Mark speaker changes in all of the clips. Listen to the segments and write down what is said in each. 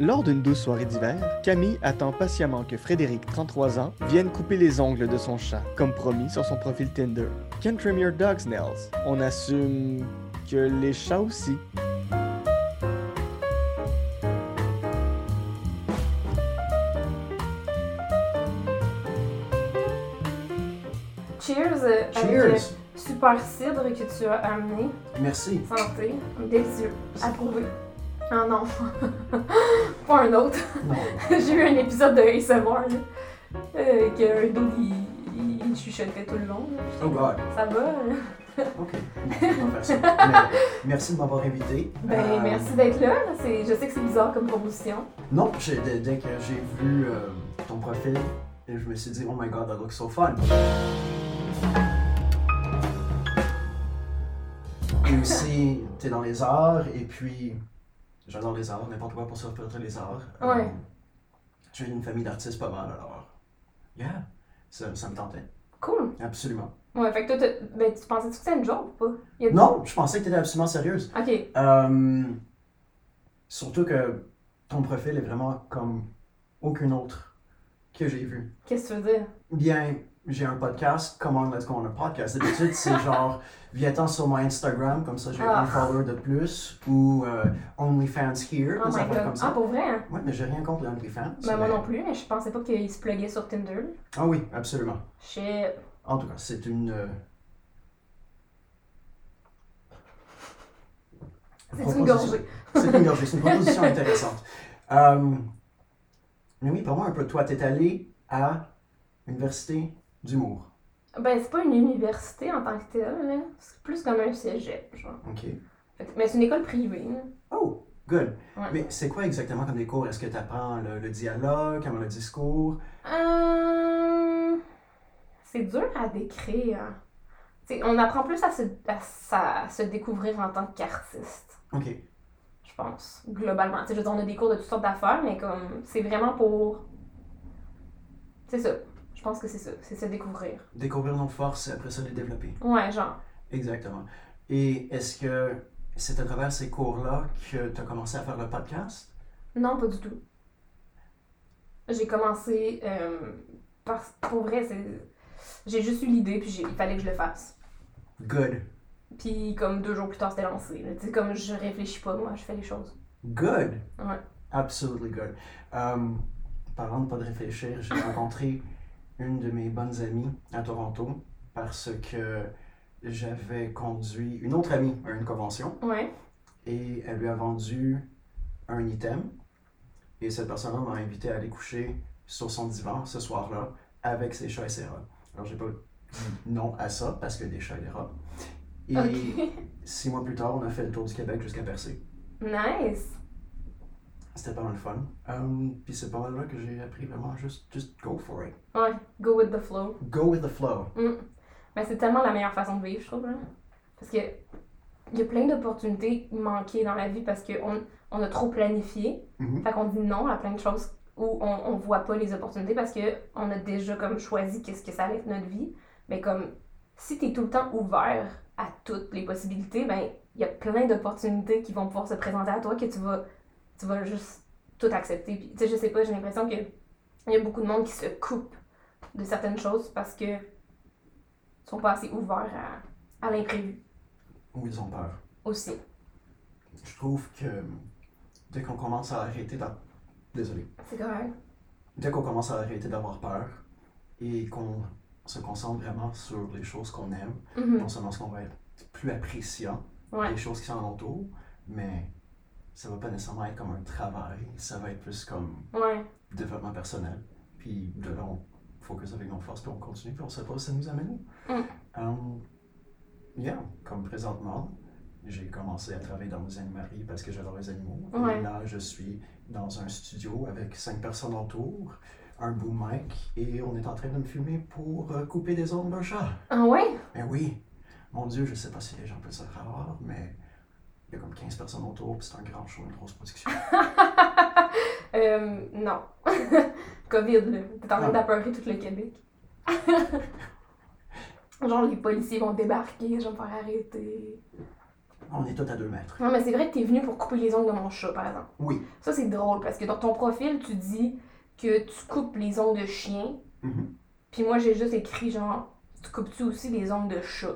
Speaker 1: Lors d'une douce soirée d'hiver, Camille attend patiemment que Frédéric, 33 ans, vienne couper les ongles de son chat, comme promis sur son profil Tinder. Can trim your dog's nails. On assume que les chats aussi.
Speaker 2: Cheers, euh, avec
Speaker 3: Cheers!
Speaker 2: le super cidre que tu as amené.
Speaker 3: Merci.
Speaker 2: Santé, délicieux, approuvé. Ah non, pas un autre.
Speaker 3: Non.
Speaker 2: J'ai eu un épisode de ASMR là, euh, que un dude, il, il chuchotait tout le long. là.
Speaker 3: Oh God.
Speaker 2: Ça va? hein?
Speaker 3: OK. Bon, on va faire ça. Mais merci de m'avoir invité.
Speaker 2: Ben,
Speaker 3: Euh,
Speaker 2: merci d'être là. là. C'est- Je sais que c'est bizarre comme proposition.
Speaker 3: Non, j'ai- dès dès que j'ai vu euh, ton profil, je me suis dit, oh my God, that looks so fun. Et aussi, t'es dans les arts, et puis j'adore les arts, n'importe quoi pour se filtrer les arts. Euh,
Speaker 2: Ouais.
Speaker 3: je viens d'une famille d'artistes pas mal, alors. Yeah, ça, ça me tentait,
Speaker 2: Cool.
Speaker 3: absolument.
Speaker 2: Ouais, fait que toi, t'as- ben, tu pensais-tu que c'était une joke ou pas? Il y a-
Speaker 3: Non, je pensais que t'étais absolument sérieuse.
Speaker 2: Ok,
Speaker 3: Euh, surtout que ton profil est vraiment comme aucun autre que j'ai vu.
Speaker 2: qu'est-ce que tu veux dire?
Speaker 3: Bien, j'ai un podcast, comment est-ce qu'on a un podcast? D'habitude, c'est genre, viens-t'en sur mon Instagram, comme ça j'ai
Speaker 2: Ah.
Speaker 3: un follower de plus, ou euh, OnlyFans here,
Speaker 2: Oh
Speaker 3: des
Speaker 2: my
Speaker 3: affaires
Speaker 2: god.
Speaker 3: comme
Speaker 2: Ah,
Speaker 3: ça.
Speaker 2: pour vrai? hein?
Speaker 3: Ouais, mais j'ai rien contre les OnlyFans.
Speaker 2: Ben, moi
Speaker 3: mais-
Speaker 2: non plus, mais je pensais pas qu'il se pluguait sur Tinder.
Speaker 3: Ah oui, absolument.
Speaker 2: Shit.
Speaker 3: En tout cas, c'est une... euh,
Speaker 2: C'est une
Speaker 3: proposition.
Speaker 2: gorgée.
Speaker 3: C'est une gorgée, c'est une proposition intéressante. Euh, mais oui, parle-moi un peu de toi. T'es allé à l'université d'humour.
Speaker 2: Ben, c'est pas une université en tant que telle, là. C'est plus comme un cégep, genre.
Speaker 3: OK.
Speaker 2: Fait que- Mais c'est une école privée, là.
Speaker 3: Oh, good.
Speaker 2: Ouais.
Speaker 3: Mais c'est quoi exactement comme des cours? Est-ce que tu apprends le, le dialogue, comment le discours?
Speaker 2: Euh, C'est dur à décrire. T'sais, on apprend plus à se, à sa- à se découvrir en tant qu'artiste,
Speaker 3: OK.
Speaker 2: je pense, globalement. T'sais, je veux dire, on a des cours de toutes sortes d'affaires, mais comme c'est vraiment pour. C'est ça. Je pense que c'est ça. C'est se découvrir.
Speaker 3: Découvrir nos forces et après ça les développer.
Speaker 2: Ouais, genre.
Speaker 3: Exactement. Et est-ce que c'est à travers ces cours-là que tu as commencé à faire le podcast?
Speaker 2: Non, pas du tout. J'ai commencé. euh, par- Pour vrai, c'est. J'ai juste eu l'idée, puis j'ai- il fallait que je le fasse.
Speaker 3: Good.
Speaker 2: Puis comme deux jours plus tard, c'était lancé. là. Tu sais, comme je réfléchis pas, moi, je fais les choses.
Speaker 3: Good.
Speaker 2: Ouais.
Speaker 3: Absolutely good. Um, parlant de pas de réfléchir, j'ai rencontré une de mes bonnes amies à Toronto parce que j'avais conduit une autre amie à une convention
Speaker 2: Ouais.
Speaker 3: et elle lui a vendu un item. Et cette personne-là m'a invité à aller coucher sur son divan ce soir-là avec ses chats et ses rats. Alors j'ai pas dit non à ça parce que des chats et des rats. Et
Speaker 2: Ok.
Speaker 3: six mois plus tard, on a fait le tour du Québec jusqu'à Percé.
Speaker 2: nice.
Speaker 3: C'était pas mal le fun. Um, Puis c'est pas mal là que j'ai appris vraiment juste, juste go for it.
Speaker 2: Ouais. Go with the flow.
Speaker 3: Go with the flow.
Speaker 2: Mais c'est tellement la meilleure façon de vivre, je trouve. là. Parce que il y a plein d'opportunités manquées dans la vie parce qu'on on a trop planifié.
Speaker 3: Mhm.
Speaker 2: Fait qu'on dit non à plein de choses où on, on voit pas les opportunités parce que on a déjà comme choisi qu'est-ce que ça allait être notre vie. Mais comme si t'es tout le temps ouvert à toutes les possibilités, ben il y a plein d'opportunités qui vont pouvoir se présenter à toi que tu vas tu vas juste tout accepter. Puis, tu sais, je sais pas, j'ai l'impression que il y a beaucoup de monde qui se coupe de certaines choses parce que ils sont pas assez ouverts à, à l'imprévu
Speaker 3: Où ils ont peur.
Speaker 2: aussi.
Speaker 3: Je trouve que dès qu'on commence à arrêter d'a- Désolé.
Speaker 2: C'est correct.
Speaker 3: Dès qu'on commence à arrêter d'avoir peur et qu'on se concentre vraiment sur les choses qu'on aime,
Speaker 2: Mhm.
Speaker 3: non seulement ce qu'on va être plus appréciant
Speaker 2: Ouais.
Speaker 3: des choses qui sont autour, mais ça va pas nécessairement être comme un travail, ça va être plus comme
Speaker 2: Ouais.
Speaker 3: développement personnel. Puis de là, on focus avec nos forces, puis on continue, puis on sait pas où ça nous amène.
Speaker 2: Mm.
Speaker 3: Um, yeah, comme présentement, j'ai commencé à travailler dans les animaleries parce que j'adore les animaux.
Speaker 2: Ouais.
Speaker 3: Et là, je suis dans un studio avec cinq personnes autour, un boom mic, et on est en train de me filmer pour euh, couper des ongles d'un chat.
Speaker 2: Ah ouais?
Speaker 3: Mais oui, mon Dieu, je sais pas si les gens peuvent se faire avoir, mais il y a comme 15 personnes autour, puis c'est un grand show, une grosse production.
Speaker 2: Euh, non. COVID, là. T'es en train
Speaker 3: Non.
Speaker 2: d'apeurer tout le Québec. Genre, les policiers vont débarquer, je vais me faire arrêter.
Speaker 3: On est tous à deux mètres.
Speaker 2: Non, mais c'est vrai que t'es venu pour couper les ongles de mon chat, par exemple.
Speaker 3: Oui.
Speaker 2: Ça, c'est drôle parce que dans ton profil, tu dis que tu coupes les ongles de chien.
Speaker 3: Mhm.
Speaker 2: Puis moi, j'ai juste écrit genre, tu coupes-tu aussi les ongles de chat?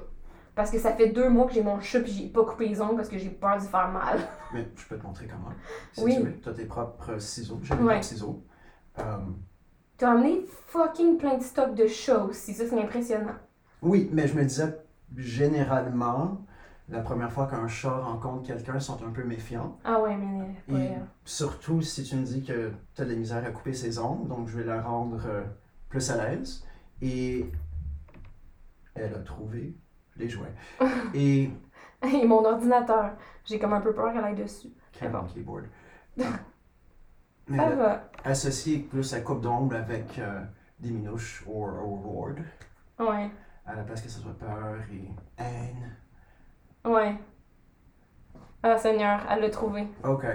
Speaker 2: Parce que ça fait deux mois que j'ai mon chat puis j'ai pas coupé les ongles parce que j'ai peur d'y faire mal.
Speaker 3: Mais je peux te montrer comment. Si
Speaker 2: Oui.
Speaker 3: tu veux, tu as tes propres ciseaux. J'ai mes
Speaker 2: Ouais.
Speaker 3: propres ciseaux. Euh,
Speaker 2: T'as amené fucking plein de stocks de chats aussi, ça c'est impressionnant.
Speaker 3: oui, mais je me disais, généralement, la première fois qu'un chat rencontre quelqu'un, ils sont un peu méfiants.
Speaker 2: Ah ouais, mais. euh, ouais,
Speaker 3: Et
Speaker 2: euh,
Speaker 3: surtout si tu me dis que tu as de la misère à couper ses ongles, donc je vais la rendre euh, plus à l'aise. Et elle a trouvé les jouets. Et
Speaker 2: Et mon ordinateur, j'ai comme un peu peur qu'elle aille dessus.
Speaker 3: Quel
Speaker 2: bon.
Speaker 3: keyboard. Ah. Mais
Speaker 2: Ça
Speaker 3: elle a
Speaker 2: va.
Speaker 3: associé plus sa coupe d'ongles avec euh, des minouches ou Ward,
Speaker 2: Ouais,
Speaker 3: à la place que ce soit peur et haine.
Speaker 2: ouais. Ah Seigneur, elle l'a trouvé.
Speaker 3: Ok.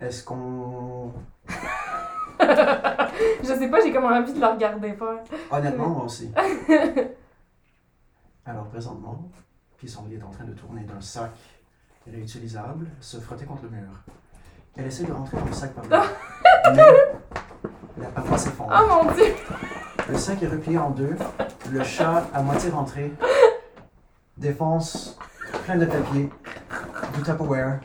Speaker 3: Est-ce qu'on.
Speaker 2: je sais pas, j'ai comme envie de la regarder faire.
Speaker 3: Honnêtement, moi aussi. Alors présentement, Pissonry est en train de tourner d'un sac réutilisable, se frotter contre le mur. Elle essaie de rentrer dans le sac par là. Mais la paroi s'effondre.
Speaker 2: Oh mon dieu!
Speaker 3: Le sac est replié en deux. Le chat, à moitié rentré, défonce plein de papier, du Tupperware.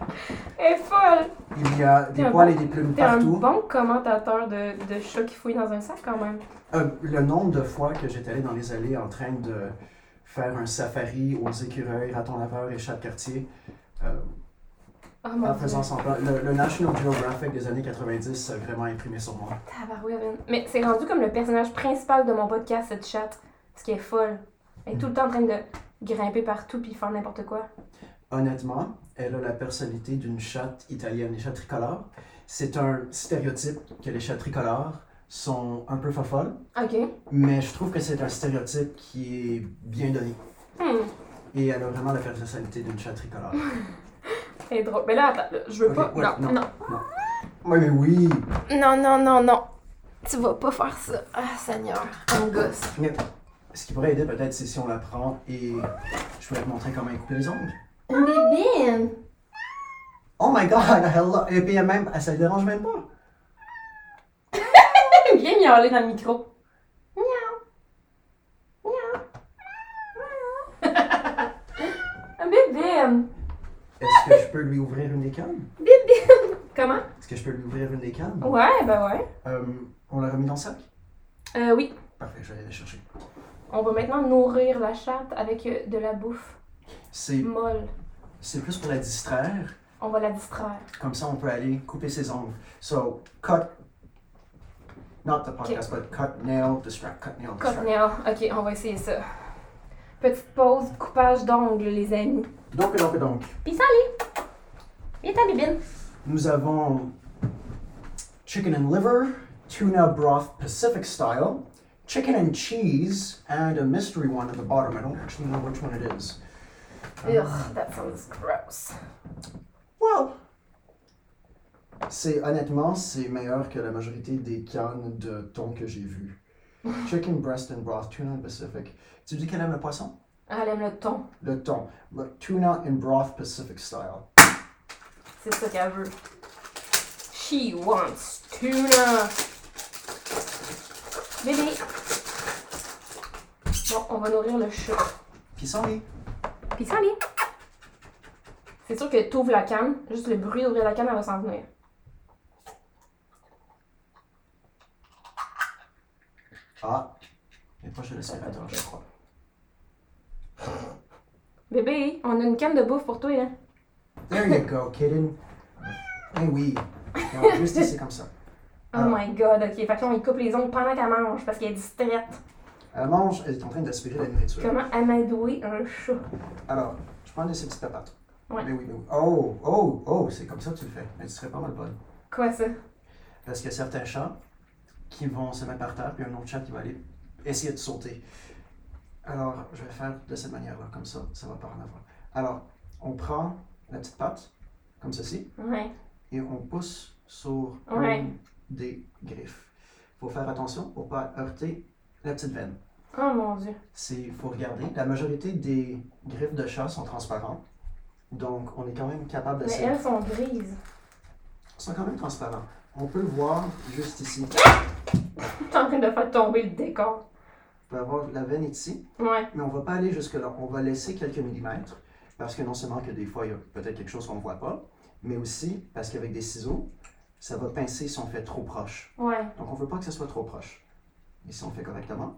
Speaker 2: Elle est folle!
Speaker 3: Il y a des
Speaker 2: T'es un
Speaker 3: poils et
Speaker 2: bon-
Speaker 3: des plumes
Speaker 2: T'es un
Speaker 3: partout.
Speaker 2: bon commentateur de, de chat qui fouille dans un sac quand même.
Speaker 3: Euh, le nombre de fois que j'étais allé dans les allées en train de faire un safari aux écureuils, ratons laveurs et chats de quartier, euh,
Speaker 2: Oh mon
Speaker 3: en
Speaker 2: dieu.
Speaker 3: faisant semblant. Le, le National Geographic des années 90 s'est vraiment imprimé sur moi.
Speaker 2: Tabarouette. Mais c'est rendu comme le personnage principal de mon podcast, cette chatte. Ce qui est folle. Elle est tout le temps en train de grimper partout puis faire n'importe quoi.
Speaker 3: Honnêtement, elle a la personnalité d'une chatte italienne. Les chats tricolores, c'est un stéréotype que les chats tricolores sont un peu fofolles,
Speaker 2: Ok.
Speaker 3: mais je trouve que c'est un stéréotype qui est bien donné.
Speaker 2: Hmm.
Speaker 3: Et elle a vraiment la personnalité d'une chatte tricolore.
Speaker 2: Elle est drôle. Mais là, attends, là, je veux
Speaker 3: Ok,
Speaker 2: pas.
Speaker 3: ouais,
Speaker 2: non,
Speaker 3: non.
Speaker 2: non.
Speaker 3: Oui, mais oui!
Speaker 2: Non, non, non, non. Tu vas pas faire ça. Ah, Seigneur. On gosse.
Speaker 3: Mais ce qui pourrait aider peut-être, c'est si on la prend et je pourrais te montrer comment couper les ongles.
Speaker 2: Bébine!
Speaker 3: Oh my god, hello! Et puis elle même, elle, ça le dérange même pas.
Speaker 2: Viens miauler dans le micro. Miaou. Miaou. Miaou. Bébine!
Speaker 3: Est-ce que je peux lui ouvrir une des cannes?
Speaker 2: Bébine! Comment?
Speaker 3: Est-ce que je peux lui ouvrir une des cannes?
Speaker 2: Ouais, ben ouais.
Speaker 3: Euh, on l'a remis dans le sac?
Speaker 2: Euh, oui.
Speaker 3: Parfait, je vais aller la chercher.
Speaker 2: On va maintenant nourrir la chatte avec euh, de la bouffe
Speaker 3: C'est,
Speaker 2: molle.
Speaker 3: c'est plus pour la distraire,
Speaker 2: On va la distraire.
Speaker 3: comme ça on peut aller couper ses ongles. So, cut. Not the podcast, but cut, nail, distract, cut, nail, distract.
Speaker 2: Cornéa. Ok, on va essayer ça. Petite pause, coupage d'ongles, les amis.
Speaker 3: Donc, donc, donc.
Speaker 2: Puis salut! Viens ta bébine.
Speaker 3: Nous avons chicken and liver, tuna broth Pacific style, chicken and cheese, and a mystery one at the bottom. I don't actually know which one it is.
Speaker 2: Ugh, that sounds gross.
Speaker 3: Well, c'est honnêtement, c'est meilleur que la majorité des cannes de thon que j'ai vues. Chicken breast and broth, tuna and Pacific. Tu dis qu'elle aime le poisson?
Speaker 2: Elle aime le thon.
Speaker 3: Le thon. But tuna and broth Pacific style.
Speaker 2: C'est ça qu'elle veut. She wants tuna. Bébé. Bon, on va nourrir le chat.
Speaker 3: Puis sans les-
Speaker 2: Puis salut. C'est sûr que t'ouvres la canne. Juste le bruit d'ouvrir la canne, elle va s'en venir.
Speaker 3: Ah, elle est proche de l'aspirateur, je crois.
Speaker 2: Bébé, on a une canne de bouffe pour toi, hein. là.
Speaker 3: There you go, kitten. Eh oui. Non, juste ici comme ça.
Speaker 2: Oh
Speaker 3: Ah.
Speaker 2: my god, ok. Fait que là, on lui coupe les ongles pendant qu'elle mange parce qu'elle est distraite.
Speaker 3: Elle mange, elle est en train d'aspirer la nourriture.
Speaker 2: Comment amadouer un chat?
Speaker 3: Alors, je prends de ces petites patates.
Speaker 2: Ouais.
Speaker 3: Mais oui, mais oui. Oh, oh, oh, c'est comme ça que tu le fais. Mais tu serais pas mal bonne.
Speaker 2: Quoi ça?
Speaker 3: Parce qu'il y a certains chats qui vont se mettre par terre, puis un autre chat qui va aller essayer de sauter. Alors, je vais faire de cette manière-là, comme ça, ça va par en avant. Alors, on prend la petite patte, comme ceci,
Speaker 2: Ouais.
Speaker 3: et on pousse sur
Speaker 2: Ouais.
Speaker 3: une des griffes. Faut faire attention pour pas heurter la petite veine.
Speaker 2: Oh mon dieu.
Speaker 3: C'est faut regarder. La majorité des griffes de chat sont transparentes. Donc, on est quand même capable
Speaker 2: Mais
Speaker 3: d'essayer.
Speaker 2: elles sont grises.
Speaker 3: Ils sont quand même transparents. On peut voir juste ici.
Speaker 2: T'es en train de faire tomber le décor.
Speaker 3: On peut avoir la veine ici,
Speaker 2: Ouais.
Speaker 3: mais on va pas aller jusque-là. On va laisser quelques millimètres parce que non seulement que des fois, il y a peut-être quelque chose qu'on ne voit pas, mais aussi parce qu'avec des ciseaux, ça va pincer si on fait trop proche.
Speaker 2: Ouais.
Speaker 3: Donc, on ne veut pas que ce soit trop proche. Et si on fait correctement,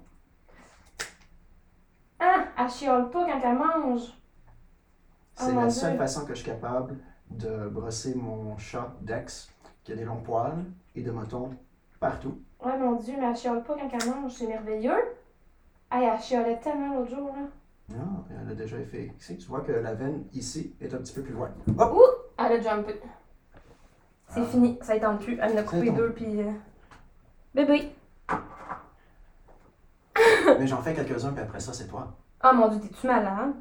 Speaker 2: Ah, elle chiole pas quand elle mange.
Speaker 3: c'est
Speaker 2: Oh mon
Speaker 3: la
Speaker 2: Dieu.
Speaker 3: seule façon que je suis capable de brosser mon chat d'ex, qui a des longs poils et de moutons partout.
Speaker 2: Ouais, mon Dieu, mais elle chiole pas quand elle mange. C'est merveilleux. Hey, elle chiolait tellement l'autre jour, là.
Speaker 3: Ah, elle a déjà fait. ici. Tu vois que la veine ici est un petit peu plus loin.
Speaker 2: Elle a jumpé. C'est
Speaker 3: Ah.
Speaker 2: fini, ça est en cul. Elle en a
Speaker 3: Ça
Speaker 2: coupé
Speaker 3: étend.
Speaker 2: deux, puis. euh, Bébé!
Speaker 3: Mais j'en fais quelques-uns, puis après ça, c'est toi.
Speaker 2: Oh mon dieu, t'es-tu malade?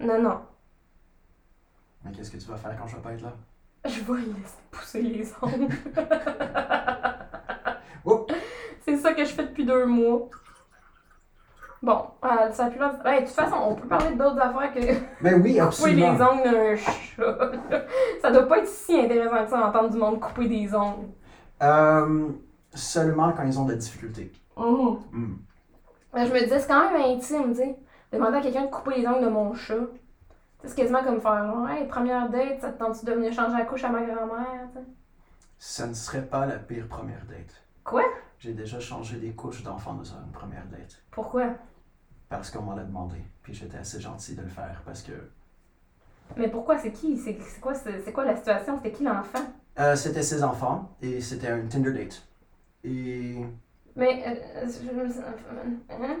Speaker 2: Non, non.
Speaker 3: Mais qu'est-ce que tu vas faire quand je vais pas être là?
Speaker 2: Je vois, il laisse pousser les ongles.
Speaker 3: Oh!
Speaker 2: C'est ça que je fais depuis deux mois. Bon, euh, ça a plus l'air- Ouais, de toute façon, on peut parler d'autres affaires que
Speaker 3: Ben oui,
Speaker 2: couper les ongles d'un chat. là. ça doit pas être si intéressant que ça d'entendre du monde couper des ongles.
Speaker 3: Euh, seulement quand ils ont des difficultés.
Speaker 2: Mhm.
Speaker 3: Hmm.
Speaker 2: Ben, je me disais, c'est quand même intime, tu sais. Demander à quelqu'un de couper les ongles de mon chat. Tu sais, C'est quasiment comme faire genre, Hey, première date, ça te tente de venir changer la couche à ma grand-mère? tu sais?
Speaker 3: Ça ne serait pas la pire première date.
Speaker 2: Quoi?
Speaker 3: J'ai déjà changé des couches d'enfants dans une première date.
Speaker 2: Pourquoi?
Speaker 3: Parce qu'on m'en a demandé. Puis j'étais assez gentil de le faire parce que.
Speaker 2: Mais pourquoi? C'est qui? C'est c'est quoi, ce- c'est quoi la situation? C'était qui l'enfant?
Speaker 3: Euh, c'était ses enfants et c'était un Tinder date. Et.
Speaker 2: Mais. euh, je me sens- hein?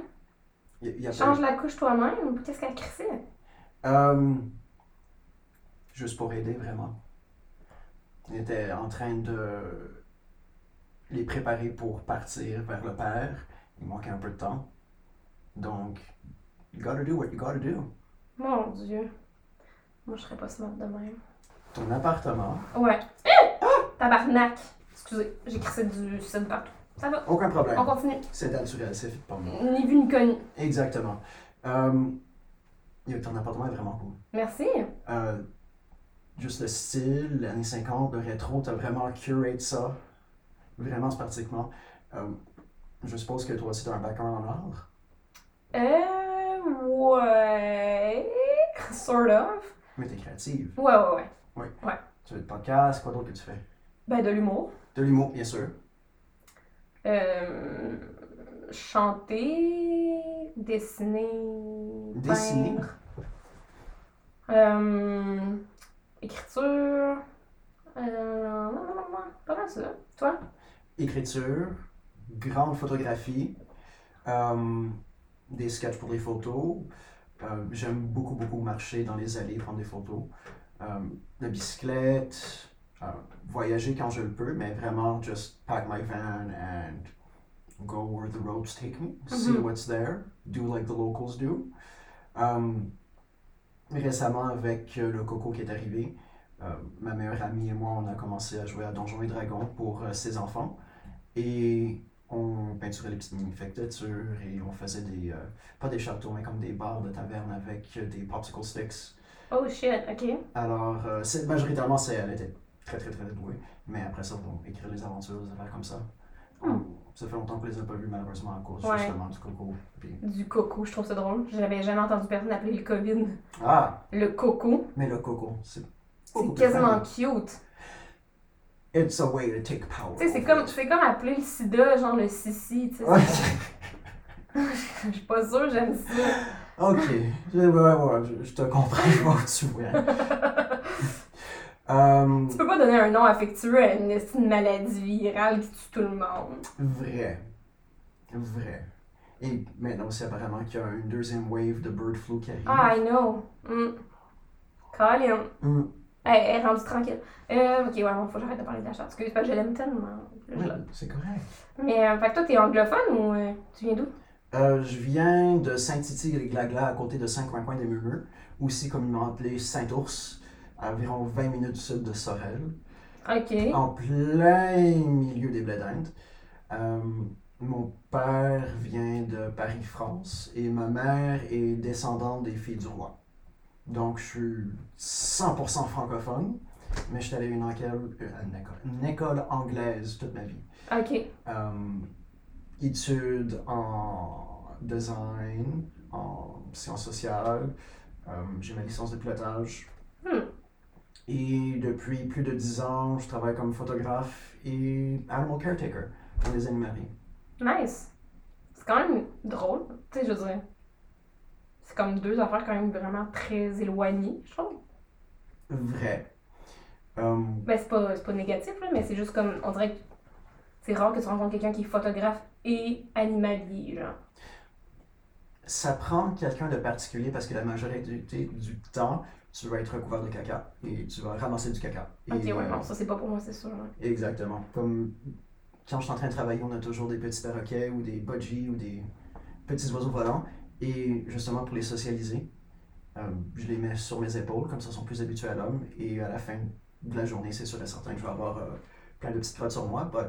Speaker 3: Il y, y a pas
Speaker 2: Change la couche toi-même? ou Qu'est-ce qu'elle crissait?
Speaker 3: eu- Euh, Juste pour aider vraiment. Il était en train de les préparer pour partir vers le père. Il manquait un peu de temps. Donc, you gotta do what you gotta do.
Speaker 2: Mon Dieu. Moi, je serais pas smart de même.
Speaker 3: Ton appartement,
Speaker 2: Ouais. Eh! Tabarnak! Excusez, j'ai crissé du sud partout. Ça va,
Speaker 3: aucun problème.
Speaker 2: on continue.
Speaker 3: C'est naturel, c'est fait pour moi.
Speaker 2: Ni vu ni connu.
Speaker 3: Exactement. Euh, yo, ton appartement est vraiment cool.
Speaker 2: Merci.
Speaker 3: Euh, juste le style, l'année 50, le rétro, t'as vraiment curate ça. Vraiment pratiquement. je suppose que toi aussi t'as un background en art.
Speaker 2: Euh. Ouais. Sort of.
Speaker 3: Mais t'es créative.
Speaker 2: Ouais, ouais, ouais.
Speaker 3: Tu fais des podcasts, quoi d'autre que tu fais?
Speaker 2: Ben, de l'humour.
Speaker 3: De l'humour, bien sûr.
Speaker 2: Euh, chanter, dessiner,
Speaker 3: Dessiner.
Speaker 2: peindre. Euh, écriture. Euh, pas mal ça. Toi?
Speaker 3: Écriture, grande photographie, euh, des sketchs pour les photos. Euh, J'aime beaucoup, beaucoup marcher dans les allées, prendre des photos. Euh, la bicyclette, euh, voyager quand je le peux, mais vraiment just pack my van and go where the roads take me, see
Speaker 2: Mhm.
Speaker 3: what's there, do like the locals do. Euh, récemment, avec euh, le coco qui est arrivé, euh, ma meilleure amie et moi, on a commencé à jouer à Donjons et Dragons pour euh, ses enfants. Et on peinturait les petites mini-factures et on faisait des. euh, pas des châteaux, mais comme des bars de taverne avec euh, des popsicle sticks.
Speaker 2: Oh shit, ok.
Speaker 3: Alors, euh, c'est- majoritairement, c'est, elle était très, très, très douée. Mais après ça, pour écrire les aventures, des affaires comme ça. Oh,
Speaker 2: Hmm.
Speaker 3: Ça fait longtemps qu'on les a pas vus, malheureusement, à cause
Speaker 2: Ouais.
Speaker 3: justement du coco. Puis-
Speaker 2: Du coco, je trouve ça drôle. J'avais jamais entendu personne appeler le COVID
Speaker 3: Ah,
Speaker 2: le coco.
Speaker 3: mais le coco, ben c'est. beaucoup
Speaker 2: C'est
Speaker 3: plus
Speaker 2: quasiment
Speaker 3: simple.
Speaker 2: cute.
Speaker 3: It's a way to take power.
Speaker 2: Tu sais, c'est
Speaker 3: over
Speaker 2: comme,
Speaker 3: it.
Speaker 2: c'est comme appeler le sida, genre le sissi, tu sais.
Speaker 3: Ouais.
Speaker 2: Je suis pas sûre, j'aime ça.
Speaker 3: ok, je, ouais, ouais, je, je te comprends, je vois où tu veux. Euh,
Speaker 2: Tu peux pas donner un nom affectueux à une, une maladie virale qui tue tout le monde.
Speaker 3: Vrai. Vrai. Et maintenant, c'est apparemment qu'il y a une deuxième wave de bird flu qui arrive.
Speaker 2: Ah, I know. Mm. Colin.
Speaker 3: Mm.
Speaker 2: Hey, hey, rendu tranquille. Euh, ok, ouais, bon, faut que j'arrête de parler de la chatte. Excuse, parce que je l'aime tellement. Je
Speaker 3: Oui,
Speaker 2: l'aime.
Speaker 3: c'est correct.
Speaker 2: Mais, euh, fait que toi, t'es anglophone ou euh, tu viens d'où?
Speaker 3: Euh, je viens de Saint-Titi et Glagla à côté de Saint-Coin-Coin des Murmures, aussi communément appelé Saint-Ours, à environ 20 minutes du sud de Sorel,
Speaker 2: Ok.
Speaker 3: en plein milieu des Blés d'Inde. Euh, mon père vient de Paris, France, et ma mère est descendante des filles du roi. Donc, je suis 100% francophone, mais j'étais allé à une, enquête- euh, à une école, une école anglaise toute ma vie.
Speaker 2: Ok.
Speaker 3: Um, études en design, en sciences sociales. Um, j'ai ma licence de pilotage.
Speaker 2: Hmm.
Speaker 3: Et depuis plus de 10 ans, je travaille comme photographe et animal caretaker pour les animaleries.
Speaker 2: Nice. C'est quand même drôle. Tu sais, je veux dire. C'est comme deux affaires quand même vraiment très éloignées, je trouve.
Speaker 3: Vrai. Um,
Speaker 2: Ben, c'est pas, c'est pas négatif, là, mais c'est juste comme. On dirait que c'est rare que tu rencontres quelqu'un qui est photographe et animalier, genre.
Speaker 3: ça prend quelqu'un de particulier parce que la majorité du temps, tu vas être recouvert de caca et tu vas ramasser du caca. Et,
Speaker 2: Ok, ouais,
Speaker 3: euh,
Speaker 2: non, ça c'est pas pour moi, c'est sûr. ouais.
Speaker 3: Exactement. Comme quand je suis en train de travailler, on a toujours des petits perroquets ou des budgies ou des petits oiseaux volants. Et justement, pour les socialiser, euh, je les mets sur mes épaules, comme ça ils sont plus habitués à l'homme. Et à la fin de la journée, c'est sûr et certain que je vais avoir euh, plein de petites crottes sur moi. But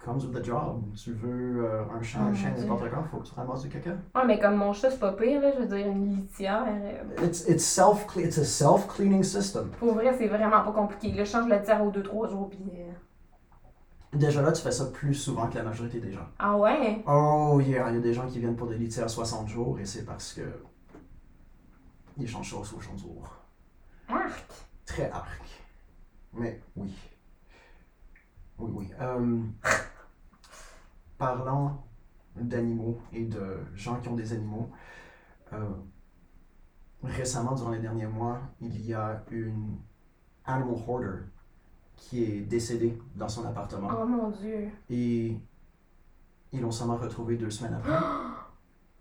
Speaker 3: comes with the job. Tu veux euh, un chat, un
Speaker 2: Oh,
Speaker 3: chien,
Speaker 2: mon Dieu.
Speaker 3: n'importe quoi, faut que tu ramasses du caca.
Speaker 2: Ouais, mais comme mon chat, c'est pas pire, là, je veux dire, une litière. euh,
Speaker 3: It's, it's, self it's a self-cleaning system.
Speaker 2: Pour vrai, c'est vraiment pas compliqué. Là, je change la litière aux 2-3 jours, puis. euh,
Speaker 3: Déjà là, tu fais ça plus souvent que la majorité des gens.
Speaker 2: Ah ouais?
Speaker 3: Oh, yeah, il y a des gens qui viennent pour des litières 60 jours et c'est parce que. Ils changent ça au 60 jours.
Speaker 2: Arc!
Speaker 3: Très arc. Mais oui. Oui, oui. Euh, parlant d'animaux et de gens qui ont des animaux, euh, récemment, durant les derniers mois, il y a une animal hoarder qui est décédée dans son appartement
Speaker 2: Oh mon dieu.
Speaker 3: et ils l'ont seulement retrouvée deux semaines après.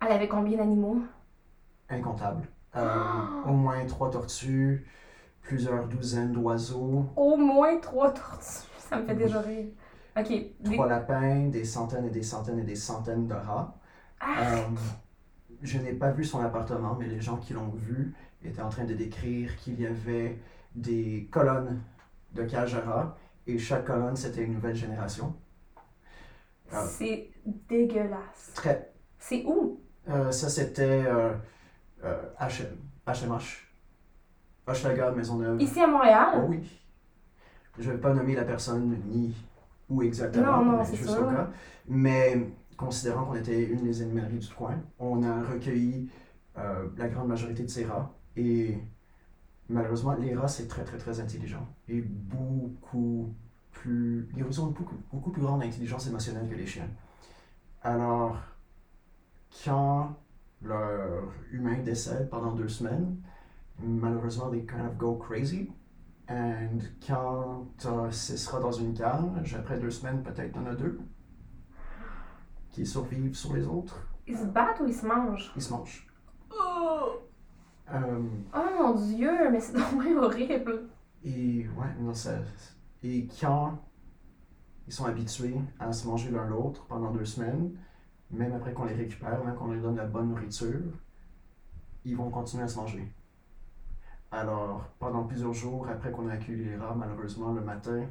Speaker 2: Elle avait combien d'animaux?
Speaker 3: incontable. Euh, Au moins trois tortues, plusieurs douzaines d'oiseaux,
Speaker 2: Au moins 3 tortues. Ça me fait déjà rire. Ok. des-
Speaker 3: trois lapins, des centaines et des centaines et des centaines de rats.
Speaker 2: Ah,
Speaker 3: Euh, je n'ai pas vu son appartement, mais les gens qui l'ont vu étaient en train de décrire qu'il y avait des colonnes de cages à rats et chaque colonne c'était une nouvelle génération. euh,
Speaker 2: c'est dégueulasse.
Speaker 3: Très.
Speaker 2: C'est où?
Speaker 3: euh, ça c'était euh, euh, HM, HMH, Hochelaga, Maisonneuve.
Speaker 2: Ici à Montréal?
Speaker 3: Oh oui. Je ne vais pas nommer la personne ni où exactement,
Speaker 2: Non, non,
Speaker 3: mais
Speaker 2: c'est
Speaker 3: juste
Speaker 2: ça.
Speaker 3: au cas. Mais considérant qu'on était une des animaleries du coin, on a recueilli euh, la grande majorité de ces rats. Et malheureusement, les rats, c'est très, très, très intelligent. Et beaucoup plus. Ils ont une beaucoup, beaucoup plus grande intelligence émotionnelle que les chiens. Alors, quand leur humain décède pendant deux semaines, malheureusement, they kind of go crazy. And quand euh, ce sera dans une cage, après deux semaines, peut-être en a deux qui survivent sur les autres.
Speaker 2: Ils se battent ou ils se mangent?
Speaker 3: Ils se mangent.
Speaker 2: Oh,
Speaker 3: Euh,
Speaker 2: mon dieu, mais c'est donc bien horrible.
Speaker 3: et ouais, non, ça- Et quand ils sont habitués à se manger l'un l'autre pendant deux semaines, même après qu'on les récupère, même qu'on leur donne la bonne nourriture, ils vont continuer à se manger. Alors, pendant plusieurs jours après qu'on a accueilli les rats, malheureusement, le matin,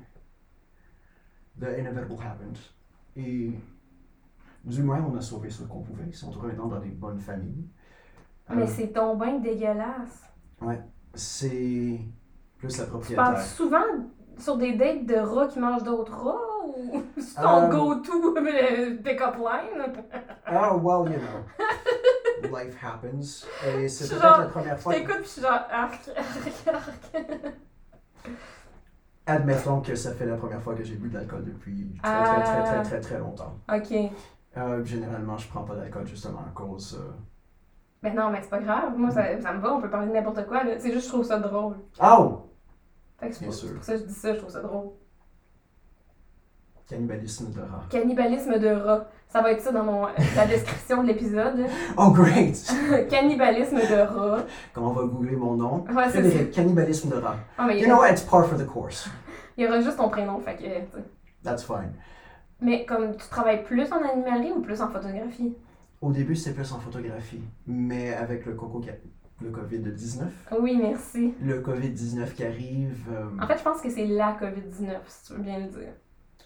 Speaker 3: the inevitable happened. Et du moins, on a sauvé ceux qu'on pouvait. Ils sont revenus dans des bonnes familles.
Speaker 2: Mais
Speaker 3: Euh,
Speaker 2: c'est donc bien dégueulasse.
Speaker 3: c'est plus la
Speaker 2: Tu
Speaker 3: propriétaire.
Speaker 2: parles souvent sur des dates de rats qui mangent d'autres rats ou c'est ton
Speaker 3: Euh,
Speaker 2: go-to euh, pick-up line?
Speaker 3: Ah, well, you know. Life happens. Et c'est
Speaker 2: Genre,
Speaker 3: peut-être la première
Speaker 2: Je
Speaker 3: fois.
Speaker 2: t'écoute pis je suis genre arc, arc, arc.
Speaker 3: Admettons que ça fait la première fois que j'ai bu de l'alcool depuis très, très, très,
Speaker 2: Ah.
Speaker 3: très, très, très longtemps.
Speaker 2: Ok.
Speaker 3: Euh, généralement, je prends pas d'alcool justement à cause. euh,
Speaker 2: Ben non, mais c'est pas grave. Moi, ça, ça me va, on peut parler de n'importe quoi. là. C'est juste, je trouve ça drôle.
Speaker 3: Oh!
Speaker 2: Fait que c'est
Speaker 3: Bien
Speaker 2: pour,
Speaker 3: sûr.
Speaker 2: c'est pour ça que je dis ça, je trouve ça drôle.
Speaker 3: Cannibalisme de rat.
Speaker 2: Cannibalisme de rats. Ça va être ça dans mon, euh, la description de l'épisode.
Speaker 3: Oh, great!
Speaker 2: Cannibalisme de rats.
Speaker 3: Comme on va googler mon nom.
Speaker 2: Ouais, Ah, c'est ça.
Speaker 3: Frédéric, cannibalisme de rat.
Speaker 2: Ah, mais
Speaker 3: You
Speaker 2: il
Speaker 3: know, it's par for the course.
Speaker 2: il y aura juste ton prénom, fait que. euh, t'sais.
Speaker 3: That's fine.
Speaker 2: Mais comme tu travailles plus en animalerie ou plus en photographie?
Speaker 3: Au début, c'était plus en photographie. Mais avec le coco, le COVID-19,
Speaker 2: Oui, merci.
Speaker 3: le COVID-19 qui arrive. euh,
Speaker 2: En fait, je pense que c'est la COVID-19, si tu veux bien le dire.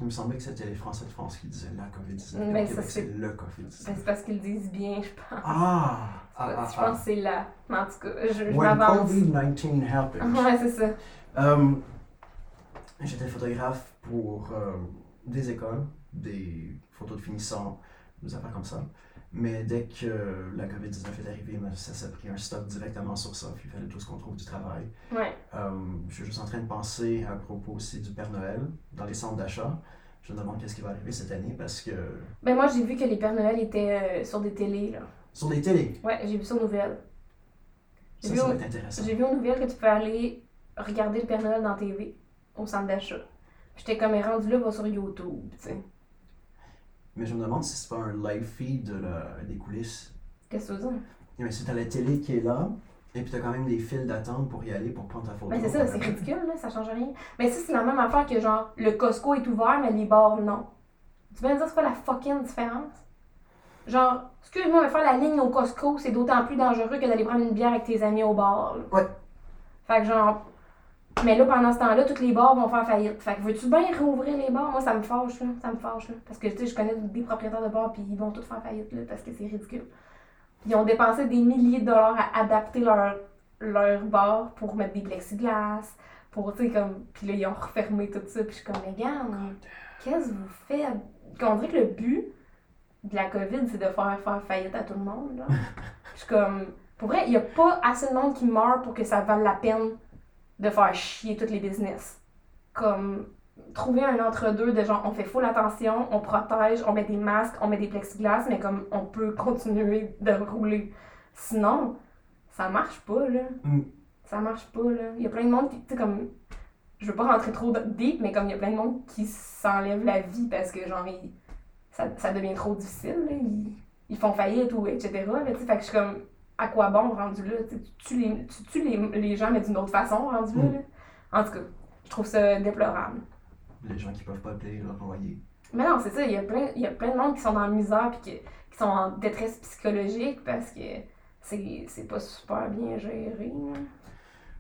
Speaker 3: Il me semblait que c'était les Français de France qui disaient la COVID-19.
Speaker 2: Mais
Speaker 3: Au
Speaker 2: ça,
Speaker 3: Québec,
Speaker 2: c'est-
Speaker 3: c'est le
Speaker 2: Ben,
Speaker 3: COVID-19.
Speaker 2: c'est parce qu'ils disent bien, je pense.
Speaker 3: Ah! Ah, ah,
Speaker 2: je
Speaker 3: ah.
Speaker 2: pense que c'est là. Mais en tout cas, je, je
Speaker 3: When
Speaker 2: m'avance.
Speaker 3: COVID-19 happened.
Speaker 2: Ouais, c'est ça.
Speaker 3: Euh, J'étais photographe pour euh, des écoles, des photos de finissants, des affaires comme ça. Mais dès que la COVID-19 est arrivée, ben, ça s'est pris un stop directement sur ça. Puis il fallait tous qu'on trouve du travail.
Speaker 2: Ouais.
Speaker 3: Euh, je suis juste en train de penser à propos aussi du Père Noël dans les centres d'achat. Je me demande qu'est-ce qui va arriver cette année parce que
Speaker 2: Ben moi, j'ai vu que les Pères Noël étaient euh, sur des télés, là.
Speaker 3: sur les télés,
Speaker 2: Ouais, j'ai vu ça aux nouvelles. J'ai
Speaker 3: ça,
Speaker 2: vu,
Speaker 3: ça
Speaker 2: au-
Speaker 3: va être intéressant.
Speaker 2: j'ai vu aux nouvelles que tu peux aller regarder le Père Noël dans TV, au centre d'achat. J'étais comme, mais rendu là, va sur YouTube, tu sais.
Speaker 3: Mais je me demande si c'est pas un live feed de la- des coulisses. Eh
Speaker 2: Qu'est-ce que tu veux dire?
Speaker 3: Oui, Mais c'est à la télé qui est là, et puis t'as quand même des files d'attente pour y aller pour prendre ta photo.
Speaker 2: Ben c'est ça, c'est ridicule, là, ça change rien. Mais ça, c'est la même affaire que genre, le Costco est ouvert, mais les bars, non. Tu veux me dire, c'est quoi la fucking différence? Genre, excuse-moi, mais faire la ligne au Costco, c'est d'autant plus dangereux que d'aller prendre une bière avec tes amis au bar. là.
Speaker 3: Ouais.
Speaker 2: Fait que genre, mais là, pendant ce temps-là, tous les bars vont faire faillite. Fait que veux-tu bien rouvrir les bars? Moi, ça me fâche, là. Ça me fâche, là. Parce que, tu sais, je connais des propriétaires de bars, puis ils vont tous faire faillite, là, parce que c'est ridicule. Ils ont dépensé des milliers de dollars à adapter leur leur bar pour mettre des plexiglas, pour, tu sais, comme. Puis là, ils ont refermé tout ça, puis je suis comme, mais gars, mais qu'est-ce que vous faites? On dirait que le but de la COVID, c'est de faire faire faillite à tout le monde, là. je suis comme, pour vrai, il n'y a pas assez de monde qui meurt pour que ça vale la peine de faire chier toutes les business. Comme, trouver un entre-deux de genre, on fait full attention, on protège, on met des masques, on met des plexiglas, mais comme, on peut continuer de rouler. Sinon, ça marche pas, là.
Speaker 3: Mm.
Speaker 2: Ça marche pas, là. Il y a plein de monde qui, tu sais, comme. Je veux pas rentrer trop deep, mais comme il y a plein de monde qui s'enlève la vie parce que, genre, ils- ça, ça devient trop difficile, là. Ils, ils font faillite ou etc. Là, tu sais, fait que je suis comme, à quoi bon rendu là? Tu sais, tu tues les, tu tues les, les gens, mais d'une autre façon rendu là,
Speaker 3: Mm.
Speaker 2: là. En tout cas, je trouve ça déplorable.
Speaker 3: Les gens qui peuvent pas payer leur loyer.
Speaker 2: Mais non, c'est ça, il y, a plein, il y a plein de monde qui sont dans la misère puis qui, qui sont en détresse psychologique parce que c'est c'est pas super bien géré. là.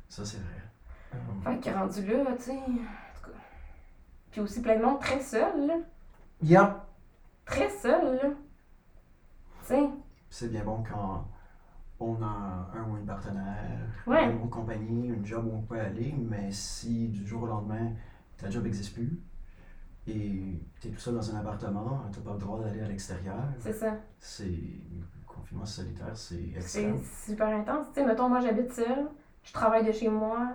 Speaker 3: Ça, c'est vrai. Euh,
Speaker 2: Fait que rendu là, tu sais. en tout cas. Puis aussi plein de monde très seul, là.
Speaker 3: yeah.
Speaker 2: Très seul, là. Tu sais.
Speaker 3: C'est bien bon quand on a un ou une partenaire,
Speaker 2: Ouais.
Speaker 3: une ou une compagnie, une job où on peut aller, mais si du jour au lendemain, ta job n'existe plus, et t'es tout seul dans un appartement, t'as pas le droit d'aller à l'extérieur,
Speaker 2: C'est ça.
Speaker 3: c'est... le confinement solitaire, c'est
Speaker 2: C'est
Speaker 3: extrême.
Speaker 2: super intense. Tu sais, mettons, moi, j'habite seule. Je travaille de chez moi.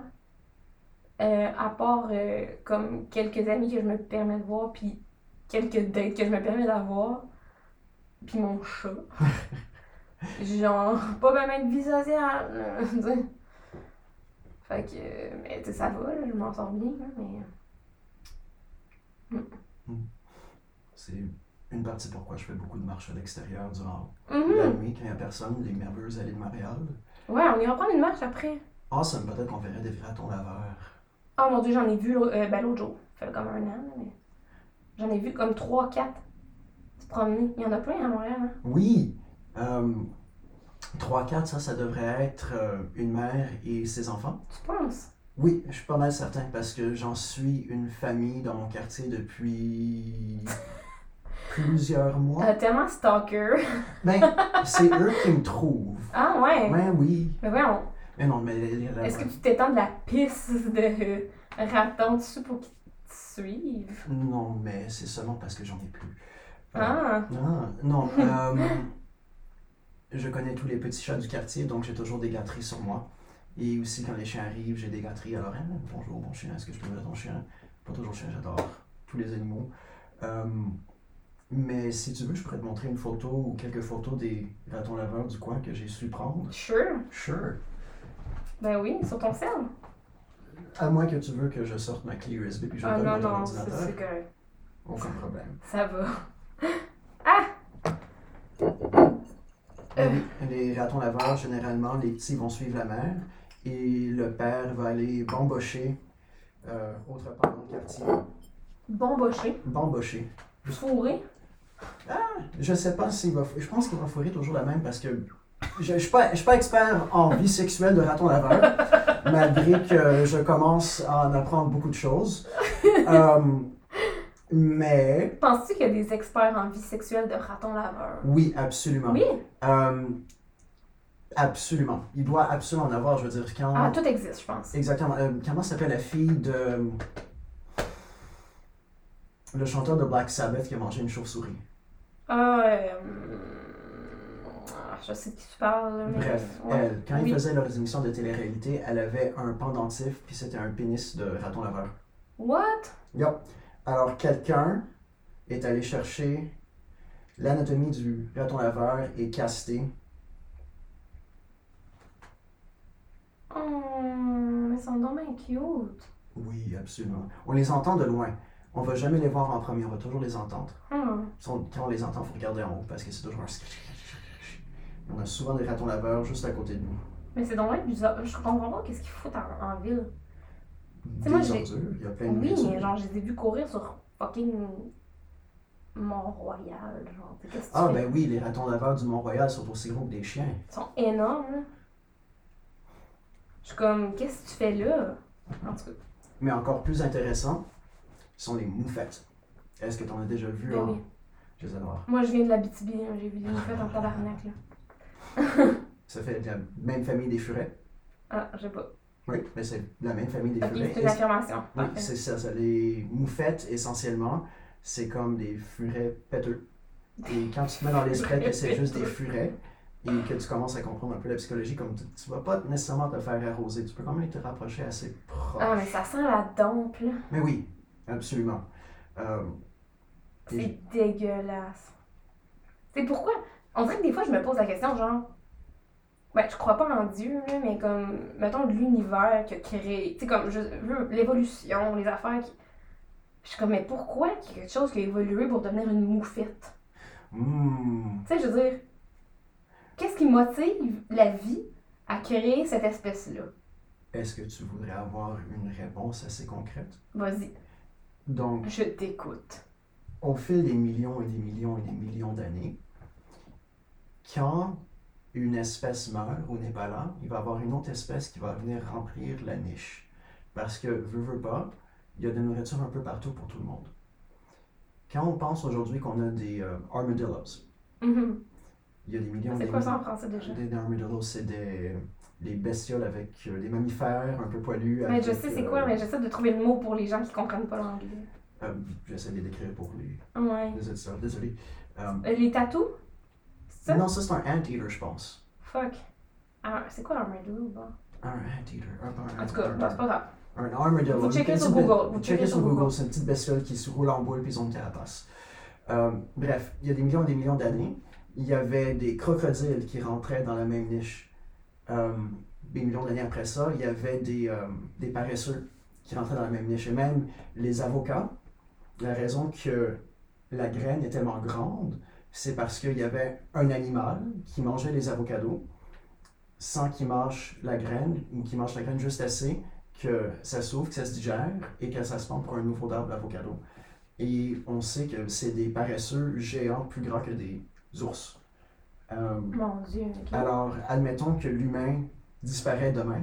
Speaker 2: Euh, à part euh, comme quelques amis que je me permets de voir, puis quelques dates que je me permets d'avoir, puis mon chat. Genre, pas même de vie sociale. là, tu sais. fait que, euh, mais tu sais, ça va, là, je m'en sors bien, là, mais.
Speaker 3: C'est une partie pourquoi je fais beaucoup de marches à l'extérieur durant La
Speaker 2: Mhm.
Speaker 3: nuit, quand il n'y a personne, les merveilleuses allées de Montréal.
Speaker 2: Ouais, on ira prendre une marche après.
Speaker 3: Awesome, peut-être qu'on verrait des ratons laveurs.
Speaker 2: Oh mon dieu, j'en ai vu l'au- euh, ben, l'autre jour. Ça fait comme un an, là, mais. J'en ai vu comme 3-4 se promener. Il y en a plein à Montréal. Hein?
Speaker 3: Oui! Euh, 3-4, ça, ça devrait être euh, une mère et ses enfants.
Speaker 2: Tu penses?
Speaker 3: Oui, je suis pas mal certain parce que j'en suis une famille dans mon quartier depuis plusieurs mois.
Speaker 2: T'as tellement stalker.
Speaker 3: Ben, c'est eux qui me trouvent.
Speaker 2: Ah ouais!
Speaker 3: Ben oui.
Speaker 2: Mais voyons,
Speaker 3: Mais non, mais la- la-
Speaker 2: est-ce que tu t'étends de la pisse de euh, ratons dessus pour qu'ils te suivent?
Speaker 3: Non, mais c'est seulement parce que j'en ai plus. Euh,
Speaker 2: Ah!
Speaker 3: Ah, non. euh, je connais tous les petits chats du quartier, donc j'ai toujours des gâteries sur moi. Et aussi, quand les chiens arrivent, j'ai des gâteries. Alors, hein, bonjour, mon chien, est-ce que je peux me ton chien Pas toujours chien, j'adore tous les animaux. Euh, mais si tu veux, je pourrais te montrer une photo ou quelques photos des ratons laveurs du coin que j'ai su prendre.
Speaker 2: Sure!
Speaker 3: Sure.
Speaker 2: Ben oui, sur ton sel.
Speaker 3: À moins que tu veux que je sorte ma clé USB puis je
Speaker 2: Ah
Speaker 3: donne
Speaker 2: non,
Speaker 3: à ton
Speaker 2: non, ça
Speaker 3: ordinateur.
Speaker 2: c'est correct.
Speaker 3: Aucun problème.
Speaker 2: Ça va.
Speaker 3: Euh, Les ratons laveurs, généralement, les petits vont suivre la mère et le père va aller bambocher euh, autre part dans le quartier.
Speaker 2: Bon boché.
Speaker 3: Bambocher.
Speaker 2: Fourré.
Speaker 3: Je sais pas s'il va. Je pense qu'il va fourrer toujours la même parce que. Je ne suis, pas- je suis pas expert en vie sexuelle de raton laveur, malgré que je commence à en apprendre beaucoup de choses. Euh, Mais
Speaker 2: Penses-tu qu'il y a des experts en vie sexuelle de ratons laveurs?
Speaker 3: oui, absolument.
Speaker 2: Oui.
Speaker 3: Euh, absolument. Il doit absolument en avoir, je veux dire, quand...
Speaker 2: Ah, tout existe, je pense.
Speaker 3: Exactement. Euh, comment s'appelle la fille de. euh, Le chanteur de Black Sabbath qui a mangé une chauve-souris.
Speaker 2: Ah, euh, ah, je sais de qui tu parles. là, mais-
Speaker 3: Bref,
Speaker 2: ouais.
Speaker 3: elle, quand
Speaker 2: Oui.
Speaker 3: ils faisaient leurs émissions de télé-réalité, elle avait un pendentif puis c'était un pénis de raton laveur.
Speaker 2: What?
Speaker 3: Yup. Alors quelqu'un est allé chercher l'anatomie du raton laveur et casté.
Speaker 2: Hum, mais ils sont donc bien cute.
Speaker 3: Oui, absolument. On les entend de loin. On va jamais les voir en premier, on va toujours les entendre.
Speaker 2: Hum.
Speaker 3: Ils sont- Quand on les entend, il faut regarder en haut parce que c'est toujours un sketch. On a souvent des ratons laveurs juste à côté de nous.
Speaker 2: Mais c'est donc bien bizarre. Je comprends pas qu'est-ce qu'ils foutent en, en ville.
Speaker 3: Des
Speaker 2: sais, moi, je l'ai-
Speaker 3: ordures, il y a plein de
Speaker 2: Oui,
Speaker 3: nourriture.
Speaker 2: mais genre, je les ai vus courir sur fucking Mont-Royal. Genre, Tu sais, qu'est-ce que
Speaker 3: Ah
Speaker 2: tu fais?
Speaker 3: ben oui, les ratons laveurs du Mont-Royal sont aussi gros que des chiens.
Speaker 2: Ils sont énormes, là. Je suis comme, qu'est-ce que tu fais là? En tout cas,
Speaker 3: Mais encore plus intéressant, sont les moufettes. Est-ce que t'en as déjà vu
Speaker 2: ben
Speaker 3: un?
Speaker 2: oui.
Speaker 3: Je les adore.
Speaker 2: Moi, je viens de la BTB, hein, j'ai vu des moufettes en tabarnak, là.
Speaker 3: Ça fait de la même famille des furets.
Speaker 2: Ah, je sais pas.
Speaker 3: Oui, mais c'est de la même famille des
Speaker 2: Ok,
Speaker 3: furets.
Speaker 2: c'est
Speaker 3: Et-
Speaker 2: une affirmation.
Speaker 3: Oui,
Speaker 2: Parfait.
Speaker 3: c'est ça, ça. Les moufettes, essentiellement, c'est comme des furets péteux. Et quand tu te mets dans l'esprit que c'est juste des furets, et que tu commences à comprendre un peu la psychologie, comme tu, tu vas pas nécessairement te faire arroser, tu peux quand même te rapprocher assez proche.
Speaker 2: Ah, mais ça sent la dompe, là.
Speaker 3: Mais oui, absolument. Euh,
Speaker 2: C'est dégueulasse. C'est pourquoi. On dirait que des fois, je me pose la question, genre. Ben, je crois pas en Dieu, là, mais comme. Mettons l'univers qui a créé. Tu sais, comme. Je veux l'évolution, les affaires qui. Je suis comme, mais pourquoi qu'il y a quelque chose qui a évolué pour devenir une moufette?
Speaker 3: hmm,
Speaker 2: Tu sais, je veux dire. Qu'est-ce qui motive la vie à créer cette espèce-là?
Speaker 3: Est-ce que tu voudrais avoir une réponse assez concrète?
Speaker 2: Vas-y,
Speaker 3: Donc,
Speaker 2: je t'écoute.
Speaker 3: au fil des millions et des millions et des millions d'années, quand une espèce meurt ou n'est pas là, il va y avoir une autre espèce qui va venir remplir la niche. Parce que, veut, veut pas, il y a de la nourriture un peu partout pour tout le monde. Quand on pense aujourd'hui qu'on a des euh, armadillos,
Speaker 2: Mhm.
Speaker 3: il y a des millions
Speaker 2: C'est
Speaker 3: des
Speaker 2: quoi ça en
Speaker 3: millions-
Speaker 2: français déjà?
Speaker 3: Des armadillos, c'est des, des bestioles avec euh, des mammifères un peu poilus.
Speaker 2: Mais je
Speaker 3: avec,
Speaker 2: sais c'est
Speaker 3: euh,
Speaker 2: quoi, mais j'essaie de trouver le mot pour les gens qui comprennent pas l'anglais.
Speaker 3: euh, J'essaie de les décrire pour les,
Speaker 2: Ouais.
Speaker 3: les auditeurs, désolé. Euh,
Speaker 2: Euh, Les tatous? C'est ça?
Speaker 3: non, ça c'est un anteater, je pense.
Speaker 2: Fuck. Ah, c'est quoi l'armadillo? Bon.
Speaker 3: Un anteater. Un, un,
Speaker 2: En tout cas,
Speaker 3: un-
Speaker 2: bah, c'est pas grave.
Speaker 3: un armadillo.
Speaker 2: Vous
Speaker 3: Une
Speaker 2: checkez sur
Speaker 3: petite be-
Speaker 2: Google, vous
Speaker 3: vous
Speaker 2: checkez
Speaker 3: checkez sur
Speaker 2: sur
Speaker 3: Google.
Speaker 2: Google.
Speaker 3: C'est une petite bestiole qui se roule en boule puis ils ont une carapace. Euh, bref, il y a des millions et des millions d'années, il y avait des crocodiles qui rentraient dans la même niche. Euh, des millions d'années après ça, il y avait des, euh, des paresseux qui rentraient dans la même niche. Et même les avocats, la raison que la graine est tellement grande, c'est parce qu'il y avait un animal qui mangeait les avocados sans qu'il mâche la graine ou qu'il mange la graine juste assez que ça s'ouvre, que ça se digère et que ça se pend pour un nouveau arbre d'avocado. Et on sait que c'est des paresseux géants plus grands que des ours. Euh,
Speaker 2: Mon dieu. ok.
Speaker 3: alors, admettons que l'humain disparaît demain.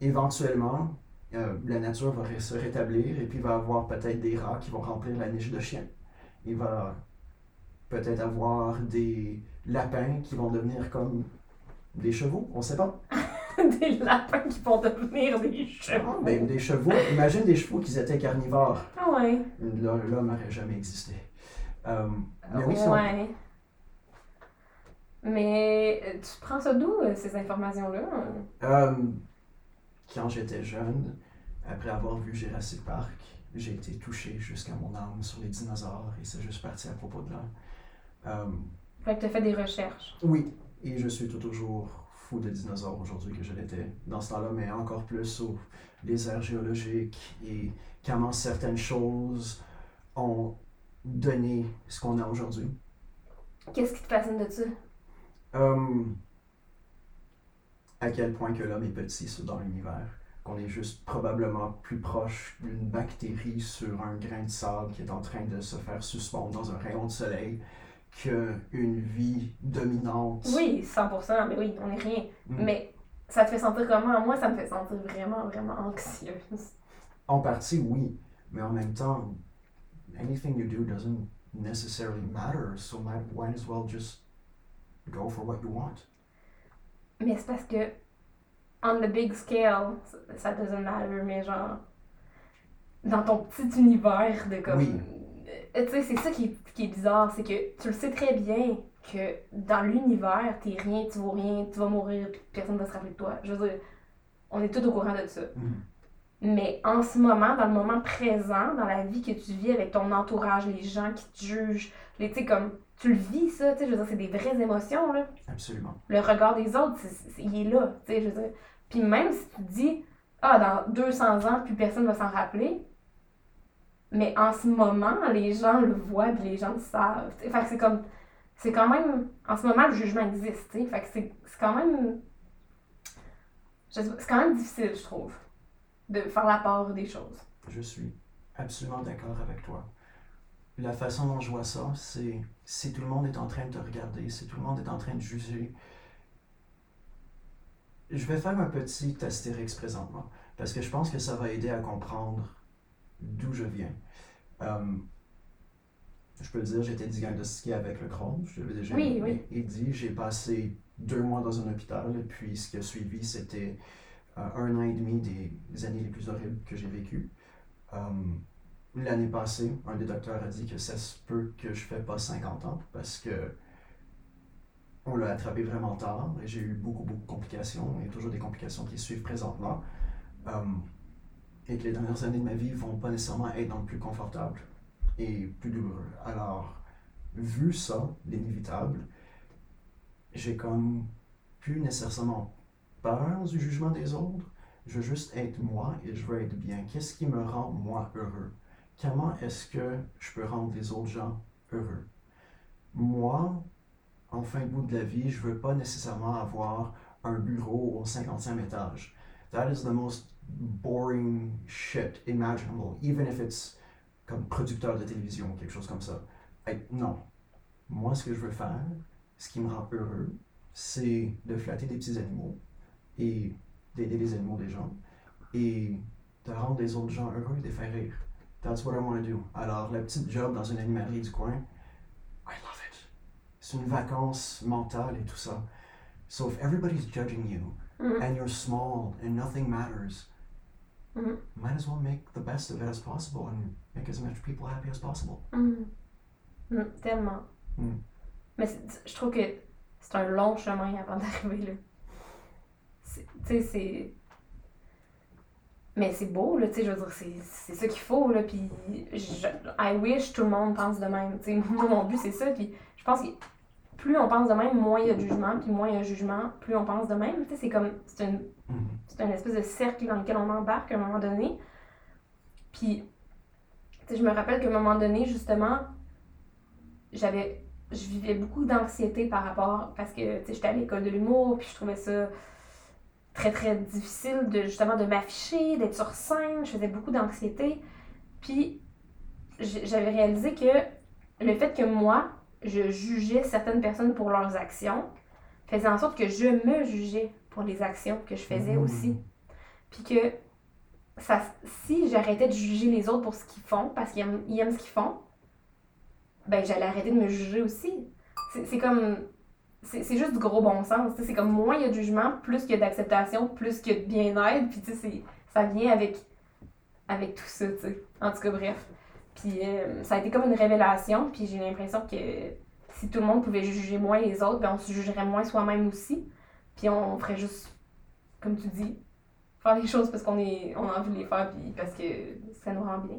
Speaker 3: Éventuellement, euh, la nature va ré- se rétablir et puis va avoir peut-être des rats qui vont remplir la niche de chiens. Il va peut-être avoir des lapins qui vont devenir comme des chevaux, on sait pas.
Speaker 2: des lapins qui vont devenir des chevaux.
Speaker 3: Ben, des chevaux, imagine des chevaux qui étaient carnivores.
Speaker 2: Ah ouais.
Speaker 3: L'homme l'homme n'aurait jamais existé. Euh, mais oui, si on-
Speaker 2: ouais. Mais euh, tu prends ça d'où, euh, ces informations-là? hein?
Speaker 3: Euh, quand j'étais jeune, après avoir vu Jurassic Park, j'ai été touché jusqu'à mon âme sur les dinosaures et c'est juste parti à propos de là. Euh,
Speaker 2: Fait que t'as fait des recherches.
Speaker 3: oui, et je suis tout toujours fou de dinosaures aujourd'hui que je l'étais dans ce temps-là, mais encore plus sur les aires géologiques et comment certaines choses ont donné ce qu'on a aujourd'hui.
Speaker 2: Qu'est-ce qui te fascine de ça?
Speaker 3: Hum, à quel point que l'homme est petit sur- dans l'univers, qu'on est juste probablement plus proche d'une bactérie sur un grain de sable qui est en train de se faire suspendre dans un rayon de soleil qu'une vie dominante.
Speaker 2: Oui, 100%, mais oui, on est rien.
Speaker 3: Mm.
Speaker 2: Mais ça te fait sentir comment? Moi, ça me fait sentir vraiment, vraiment anxieuse.
Speaker 3: En partie, oui, mais en même temps, anything you do doesn't necessarily matter, so might might as well just go for what you want.
Speaker 2: Mais c'est parce que, on the big scale, ça, ça doesn't matter, mais genre, dans ton petit univers de comme.
Speaker 3: Oui.
Speaker 2: Euh, Tu sais, c'est ça qui est, qui est bizarre, c'est que tu le sais très bien que dans l'univers, t'es rien, tu vaux rien, tu vas mourir, puis personne va se rappeler de toi. Je veux dire, on est tous au courant de ça.
Speaker 3: Mhm.
Speaker 2: Mais en ce moment, dans le moment présent, dans la vie que tu vis avec ton entourage, les gens qui te jugent, les- tu sais, comme, tu le vis ça, tu sais, je veux dire, c'est des vraies émotions, là
Speaker 3: Absolument.
Speaker 2: le regard des autres, c'est- c'est- il est là, tu sais, je veux dire. Puis même si tu te dis, ah, dans 200 ans, plus personne va s'en rappeler, mais en ce moment, les gens le voient, puis les gens le savent, tu sais. Fait que c'est comme, c'est quand même, en ce moment, le jugement existe, tu sais. Fait que c'est c'est quand même, je sais pas, c'est quand même difficile, je trouve, de faire la part des choses.
Speaker 3: Je suis absolument d'accord avec toi. La façon dont je vois ça, c'est si tout le monde est en train de te regarder, si tout le monde est en train de juger. Je vais faire un petit astérix présentement, parce que je pense que ça va aider à comprendre d'où je viens. Euh, je peux le dire, j'ai été diagnostiqué avec le Crohn. Je l'avais déjà
Speaker 2: Oui, oui.
Speaker 3: il dit. J'ai passé deux mois dans un hôpital, puis ce qui a suivi, c'était euh, un an et demi des années les plus horribles que j'ai vécues. Um, L'année passée, un des docteurs a dit que ça se peut que je fais pas 50 ans parce que on l'a attrapé vraiment tard et j'ai eu beaucoup, beaucoup de complications et toujours des complications qui suivent présentement. Um, et que les dernières années de ma vie vont pas nécessairement être dans le plus confortable et plus douloureux. Alors, vu ça, l'inévitable, j'ai comme plus nécessairement peur du jugement des autres. Je veux juste être moi et je veux être bien. Qu'est-ce qui me rend moi heureux? Comment est-ce que je peux rendre les autres gens heureux? Moi, en fin de bout de la vie, je veux pas nécessairement avoir un bureau au 55e étage. That is the most boring shit imaginable, even if it's comme producteur de télévision ou quelque chose comme ça. Hey, non. Moi, ce que je veux faire, ce qui me rend heureux, c'est de flatter des petits animaux et d'aider les animaux des gens et de rendre les autres gens heureux et de les faire rire. That's what I want to do. Alors, la petite job dans une animalerie du coin, I love it. C'est une vacance mentale et tout ça. So if everybody's judging you
Speaker 2: Mhm.
Speaker 3: and you're small and nothing matters,
Speaker 2: Mhm.
Speaker 3: might as well make the best of it as possible and make as much people happy as possible.
Speaker 2: Mm. Mm, tellement.
Speaker 3: Mm.
Speaker 2: Mais c'est- c'est- je trouve que c'est un long chemin avant d'arriver là. C'est- Tu sais, c'est. Mais c'est beau, là, tu sais, je veux dire, c'est c'est ça qu'il faut, là, puis je- I wish tout le monde pense de même, tu sais, moi, mon but, c'est ça, puis je pense que plus on pense de même, moins il y a de jugement, puis moins il y a de jugement, plus on pense de même, tu sais, c'est comme, c'est une
Speaker 3: Mhm.
Speaker 2: c'est un espèce de cercle dans lequel on embarque à un moment donné. Puis, tu sais, je me rappelle qu'à un moment donné, justement, j'avais, je vivais beaucoup d'anxiété par rapport, parce que, tu sais, j'étais à l'école de l'humour, puis je trouvais ça très, très difficile de, justement, de m'afficher, d'être sur scène, je faisais beaucoup d'anxiété. Puis, j'ai- j'avais réalisé que le fait que moi, je jugeais certaines personnes pour leurs actions, faisait en sorte que je me jugeais pour les actions que je faisais
Speaker 3: Mhm.
Speaker 2: aussi. Puis que ça, si j'arrêtais de juger les autres pour ce qu'ils font, parce qu'ils aiment, ils aiment ce qu'ils font, ben j'allais arrêter de me juger aussi. C'est c'est comme. C'est c'est juste du gros bon sens. tu sais, C'est comme moins il y a de jugement, plus qu'il y a d'acceptation, plus qu'il y a de bien-être. Puis tu sais, c'est- ça vient avec, avec tout ça, tu sais. En tout cas, bref. Puis euh, ça a été comme une révélation. Puis j'ai l'impression que si tout le monde pouvait juger moins les autres, ben on se jugerait moins soi-même aussi. Puis on ferait juste, comme tu dis, faire les choses parce qu'on est, on a envie de les faire, puis parce que ça nous rend bien.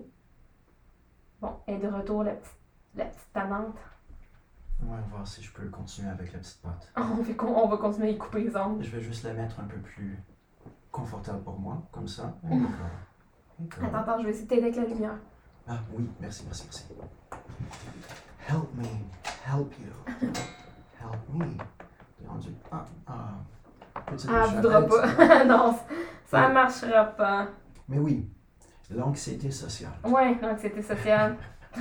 Speaker 2: Bon, et de retour, la petite, la petite amante.
Speaker 3: On va voir si je peux continuer avec la petite pâte.
Speaker 2: On, fait qu'on- on va continuer à y couper les ongles.
Speaker 3: Je vais juste la mettre un peu plus confortable pour moi, comme ça. Et encore. Et encore.
Speaker 2: Attends, attends, je vais essayer de t'aider avec la lumière.
Speaker 3: Ah oui, merci, merci, merci. Help me, help you, help me. T'es rendu. Ah, ah. Petite
Speaker 2: Ah, elle
Speaker 3: échappée,
Speaker 2: voudra
Speaker 3: petite-
Speaker 2: pas. non, c- ça marchera pas.
Speaker 3: Mais oui, l'anxiété sociale.
Speaker 2: Ouais, l'anxiété sociale.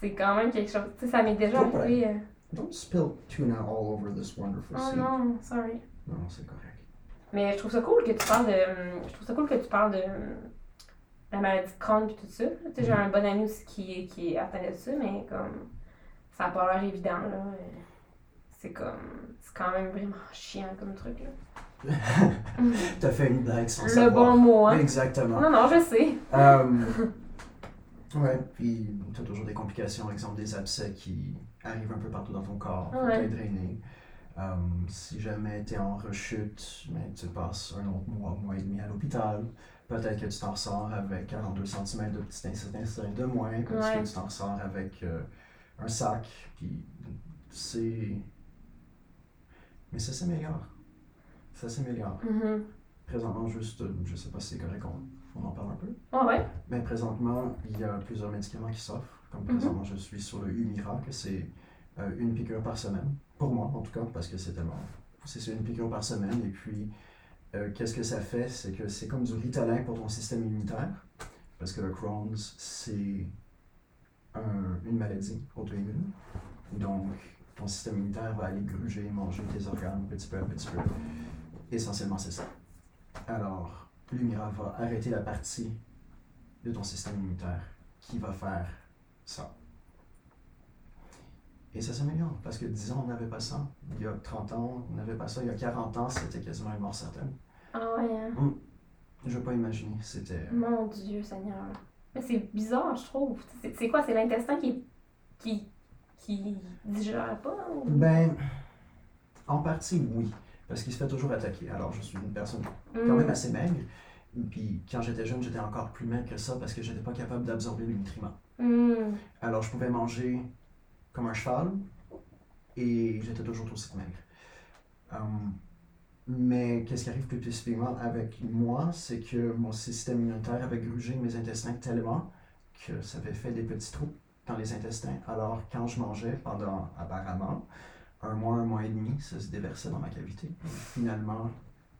Speaker 2: C'est quand même quelque chose. Tu sais, ça m'est déjà arrivé. euh,
Speaker 3: Don't spill tuna all over this wonderful
Speaker 2: Oh
Speaker 3: sea.
Speaker 2: non, sorry.
Speaker 3: Non, non, c'est correct.
Speaker 2: Mais je trouve ça cool que tu parles de. Je trouve ça cool que tu parles de. la maladie de Crohn et tout ça. là. Tu sais,
Speaker 3: Mm-hmm.
Speaker 2: J'ai un bon ami aussi qui, est- qui est atteint de ça, mais comme ça n'a pas l'air évident. là. Euh, C'est comme. C'est quand même vraiment chiant comme truc. Là.
Speaker 3: T'as fait une blague sans
Speaker 2: Le
Speaker 3: savoir.
Speaker 2: bon mot, hein?
Speaker 3: Exactement.
Speaker 2: Non, non, je sais.
Speaker 3: Euh, ouais, puis t'as toujours des complications, exemple des abcès qui arrivent un peu partout dans ton corps, faut
Speaker 2: Ouais.
Speaker 3: t'es drainé. Euh, si jamais t'es en rechute, ben, tu passes un autre mois, mois et demi à l'hôpital. Peut-être que tu t'en sors avec 42 cm de petit inc- incident de moins. Peut-être
Speaker 2: Ouais.
Speaker 3: que tu t'en sors avec euh, un sac. Puis c'est. Mais ça s'améliore. Ça s'améliore.
Speaker 2: Mhm.
Speaker 3: Présentement, juste, euh, je sais pas si c'est correct qu'on on en parle un peu.
Speaker 2: Ah ouais?
Speaker 3: Mais présentement, il y a plusieurs médicaments qui s'offrent. Comme présentement, je suis sur le Humira, que c'est euh, une piqûre par semaine. Pour moi, en tout cas, parce que c'est tellement. C'est c'est une piqûre par semaine. Et puis, euh, qu'est-ce que ça fait C'est que c'est comme du ritalin pour ton système immunitaire. Parce que le Crohn's, c'est un- une maladie auto-immune. Donc, ton système immunitaire va aller gruger, manger tes organes petit peu à petit peu. Essentiellement, c'est ça. Alors, Lumira va arrêter la partie de ton système immunitaire qui va faire ça. Et ça s'améliore, parce que 10 ans, on n'avait pas ça. Il y a 30 ans, on n'avait pas ça. Il y a 40 ans, c'était quasiment une mort certaine.
Speaker 2: Ah ouais, hein?
Speaker 3: Je veux pas imaginer, c'était... euh,
Speaker 2: Mon Dieu, Seigneur. Mais c'est bizarre, je trouve. C'est c'est quoi? C'est l'intestin qui, qui, qui digère pas? ou-
Speaker 3: Ben, en partie, oui, parce qu'il se fait toujours attaquer. Alors, je suis une personne quand
Speaker 2: Mm.
Speaker 3: même assez maigre. Puis quand j'étais jeune, j'étais encore plus maigre que ça parce que j'étais pas capable d'absorber les nutriments.
Speaker 2: Mm.
Speaker 3: Alors je pouvais manger comme un cheval et j'étais toujours aussi maigre. Hum, mais qu'est-ce qui arrive plus spécifiquement avec moi, c'est que mon système immunitaire avait grugé mes intestins tellement que ça avait fait des petits trous dans les intestins. Alors quand je mangeais pendant apparemment un mois, un mois et demi, ça se déversait dans ma cavité. Finalement,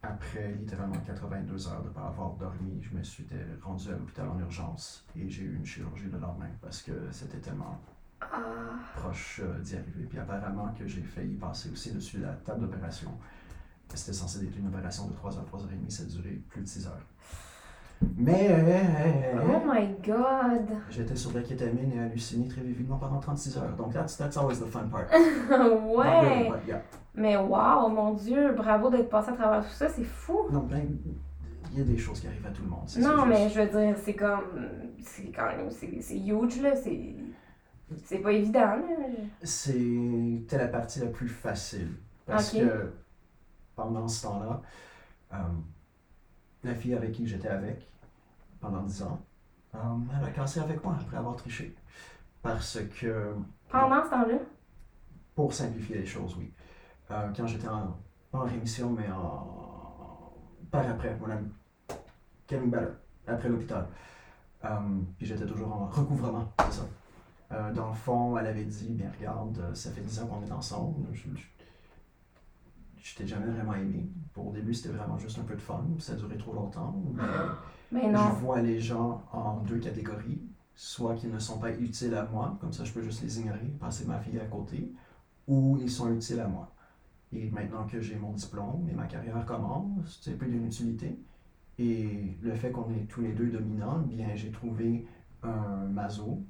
Speaker 3: après littéralement 82 heures de ne pas avoir dormi, je me suis dé- rendu à l'hôpital en urgence et j'ai eu une chirurgie le lendemain parce que c'était tellement
Speaker 2: Ah,
Speaker 3: proche euh, d'y arriver. Puis apparemment que j'ai failli passer aussi dessus la table d'opération. C'était censé être une opération de 3 heures, 3 heures et demie, ça a duré plus de 6 heures. Mais euh,
Speaker 2: Oh my God!
Speaker 3: j'étais sur de la kétamine et halluciné très vivement pendant 36 heures. Donc that's, that's always the fun part.
Speaker 2: ouais!
Speaker 3: But yeah.
Speaker 2: Mais wow, mon Dieu, bravo d'être passé à travers tout ça, c'est fou!
Speaker 3: Non, ben, il y a des choses qui arrivent à tout le monde. c'est
Speaker 2: Non,
Speaker 3: ça,
Speaker 2: mais
Speaker 3: juste.
Speaker 2: je veux dire, c'est comme. C'est quand même. C'est c'est huge, là. C'est. C'est pas évident, là.
Speaker 3: C'était la partie la plus facile. Parce
Speaker 2: Ok.
Speaker 3: que pendant ce temps-là, euh, la fille avec qui j'étais avec pendant 10 ans, euh, elle a cassé avec moi après avoir triché. Parce que,
Speaker 2: Pendant ce temps-là,
Speaker 3: pour simplifier les choses, oui, Euh, quand j'étais en, pas en rémission, mais en. par après, mon ami, Kevin Baller, après l'hôpital. Euh, puis j'étais toujours en recouvrement, c'est ça. Euh, dans le fond, elle avait dit, bien regarde, euh, ça fait 10 ans qu'on est ensemble, je, je, je t'ai jamais vraiment aimé. Pour au début, c'était vraiment juste un peu de fun, ça durait trop longtemps. mais
Speaker 2: mais
Speaker 3: je
Speaker 2: non.
Speaker 3: vois les gens en deux catégories, soit qu'ils ne sont pas utiles à moi, comme ça je peux juste les ignorer, passer ma fille à côté, ou ils sont utiles à moi. Et maintenant que j'ai mon diplôme et ma carrière commence, c'est plus d'une utilité. Et le fait qu'on est tous les deux dominants, bien j'ai trouvé un maso,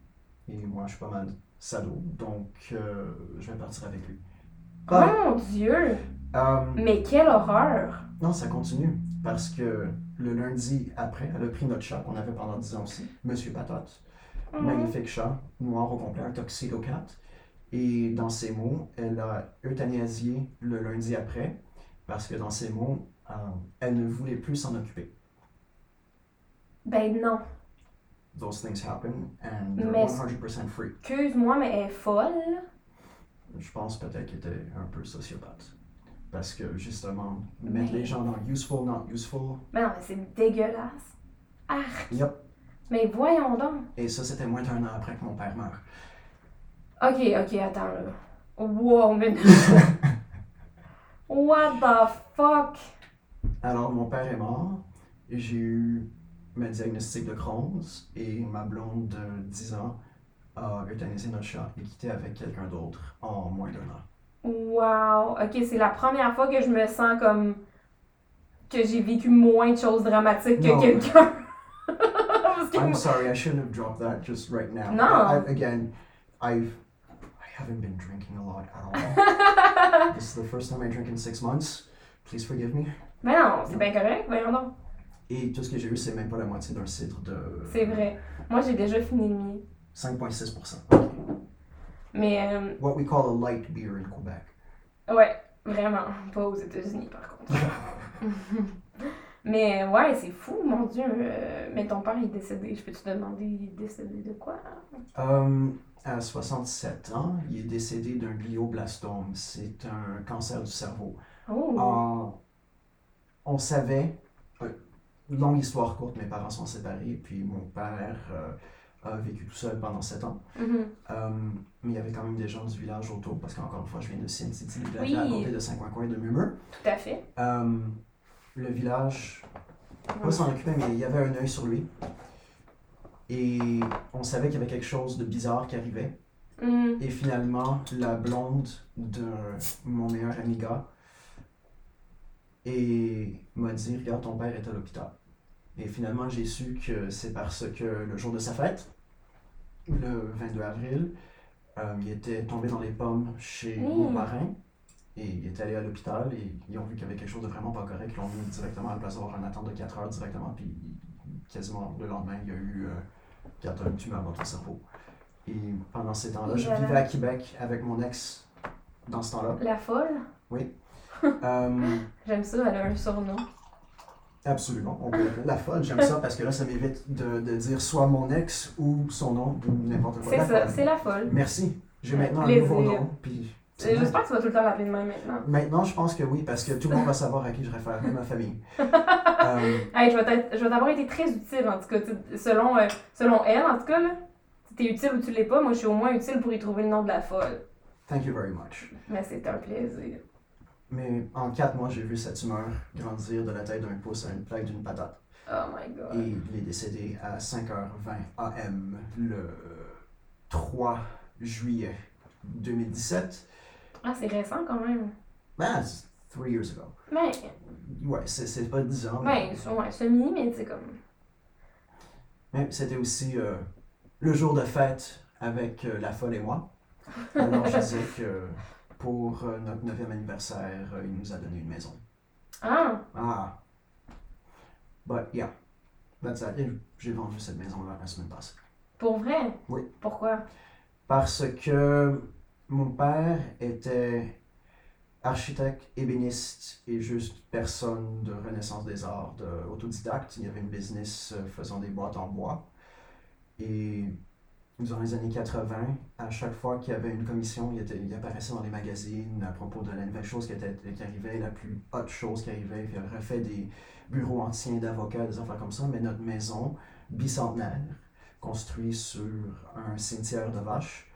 Speaker 3: et moi je suis pas mal sado, donc euh, je vais partir avec lui. Ah,
Speaker 2: Mon Dieu!
Speaker 3: euh,
Speaker 2: Mais quelle horreur!
Speaker 3: non, ça continue. Parce que le lundi après, elle a pris notre chat qu'on avait pendant 10 ans aussi, Monsieur Patate.
Speaker 2: Ah.
Speaker 3: Magnifique chat, noir au complet, un tuxedo cat. Et dans ses mots, elle a euthanasié le lundi après, parce que dans ses mots, euh, elle ne voulait plus s'en occuper.
Speaker 2: Ben non.
Speaker 3: Those things happen, and they're
Speaker 2: Mais-
Speaker 3: 100% free.
Speaker 2: Excuse-moi, mais elle est folle.
Speaker 3: Je pense peut-être qu'elle était un peu sociopathe. Parce que justement, mettre
Speaker 2: Mais-
Speaker 3: les gens dans useful, not useful,
Speaker 2: Mais Ben non, mais c'est dégueulasse. Ah,
Speaker 3: yup.
Speaker 2: mais voyons donc.
Speaker 3: Et ça, c'était moins d'un an après que mon père meurt.
Speaker 2: Ok, ok, attends là. Wow, mais. What the fuck?
Speaker 3: Alors, mon père est mort, et j'ai eu ma diagnostic de Crohn's et ma blonde de 10 ans a euthanisé notre chat et quitté avec quelqu'un d'autre en moins d'un an.
Speaker 2: Wow. Ok, c'est la première fois que je me sens comme. que j'ai vécu moins de choses dramatiques que
Speaker 3: Non.
Speaker 2: quelqu'un. Parce
Speaker 3: I'm
Speaker 2: Excuse-moi.
Speaker 3: sorry, I shouldn't have dropped that just right now.
Speaker 2: No.
Speaker 3: I, I- again, I've I haven't been drinking a lot at all. this is the first time I drink in six months. Please forgive me.
Speaker 2: Mais Ben non, c'est bien correct, voyons donc.
Speaker 3: Et tout ce que j'ai eu, c'est même pas la moitié d'un cidre de
Speaker 2: C'est vrai. Moi, j'ai déjà fini le mien.
Speaker 3: 5,6%.
Speaker 2: Mais, euh,
Speaker 3: What we call a light beer in Quebec.
Speaker 2: ouais, vraiment, pas aux États-Unis par contre. Mais ouais, c'est fou, mon Dieu. euh, mais ton père, il est décédé. Je peux te demander, il est décédé de quoi?
Speaker 3: Hum, à 67 ans, il est décédé d'un glioblastome. C'est un cancer du cerveau.
Speaker 2: Oh!
Speaker 3: En- on savait, euh, longue histoire courte, mes parents sont séparés, puis mon père euh, a vécu tout seul pendant 7 ans.
Speaker 2: Mhm.
Speaker 3: Um, mais il y avait quand même des gens du village autour, parce qu'encore une fois, je viens de Sin City, de la
Speaker 2: Oui.
Speaker 3: à côté de Saint-Coin-Coin et de Mumeux.
Speaker 2: Tout à fait.
Speaker 3: Um, le village, pas s'en occupait, mais il y avait un œil sur lui. Et on savait qu'il y avait quelque chose de bizarre qui arrivait.
Speaker 2: Mhm.
Speaker 3: Et finalement, la blonde de mon meilleur ami gars et m'a dit Regarde, ton père est à l'hôpital. Et finalement, j'ai su que c'est parce que le jour de sa fête, le 22 avril, euh, il était tombé dans les pommes chez mon
Speaker 2: Mm.
Speaker 3: parrain. Et il est allé à l'hôpital et ils ont vu qu'il y avait quelque chose de vraiment pas correct. Ils l'ont mis directement à la place d'avoir une attente de 4 heures directement. Puis quasiment le lendemain, il y a eu euh, qu'il y a une tumeur dans ton cerveau. Et pendant ces temps-là, je
Speaker 2: Voilà.
Speaker 3: vivais à Québec avec mon ex dans ce temps-là.
Speaker 2: La folle?
Speaker 3: Euh,
Speaker 2: J'aime ça, elle a un surnom.
Speaker 3: absolument, on peut l'appeler la folle. J'aime ça parce que là, ça m'évite de, de dire soit mon ex ou son nom ou n'importe quoi.
Speaker 2: C'est
Speaker 3: La
Speaker 2: ça,
Speaker 3: folle.
Speaker 2: c'est la folle.
Speaker 3: Merci. J'ai maintenant un
Speaker 2: Plaisir.
Speaker 3: nouveau nom. Puis
Speaker 2: Euh, J'espère que tu vas tout le temps l'appeler de même maintenant.
Speaker 3: maintenant, je pense que oui, parce que tout le monde va savoir à qui je réfère, même ma famille. Euh,
Speaker 2: Hey, je vais t'être- je vais t'avoir été très utile, en tout cas, tu- selon, euh, selon elle, en tout cas, là. Si t'es utile ou tu l'es pas, moi, je suis au moins utile pour y trouver le nom de la folle.
Speaker 3: thank you very much.
Speaker 2: Mais c'est un plaisir.
Speaker 3: Mais en quatre mois, j'ai vu cette tumeur grandir de la taille d'un pouce à une plaque d'une patate.
Speaker 2: Oh my god.
Speaker 3: Et il est décédé à 5h20 AM le 3 juillet 2017.
Speaker 2: Ah, c'est récent quand même.
Speaker 3: Ben, c'est three years ago.
Speaker 2: Mais,
Speaker 3: Ouais, c'est- c'est pas 10 ans.
Speaker 2: ben, c'est- ouais, semi, mais c'est comme.
Speaker 3: Mais c'était aussi euh, le jour de fête avec euh, la folle et moi. Alors je disais que pour euh, notre 9e anniversaire, euh, il nous a donné une maison.
Speaker 2: Ah,
Speaker 3: Ah. But yeah, that's it. Et J'ai vendu cette maison-là la semaine passée.
Speaker 2: pour vrai?
Speaker 3: Oui.
Speaker 2: Pourquoi?
Speaker 3: Parce que mon père était architecte, ébéniste et juste personne de Renaissance des Arts, de- autodidacte. Il y avait une business euh, faisant des boîtes en bois. Et durant les années 80, à chaque fois qu'il y avait une commission, il, était- il apparaissait dans les magazines à propos de la nouvelle chose qui, était, qui arrivait, la plus haute chose qui arrivait. Puis il refait des bureaux anciens d'avocats, des affaires comme ça. Mais notre maison bicentenaire, construite sur un cimetière de vaches,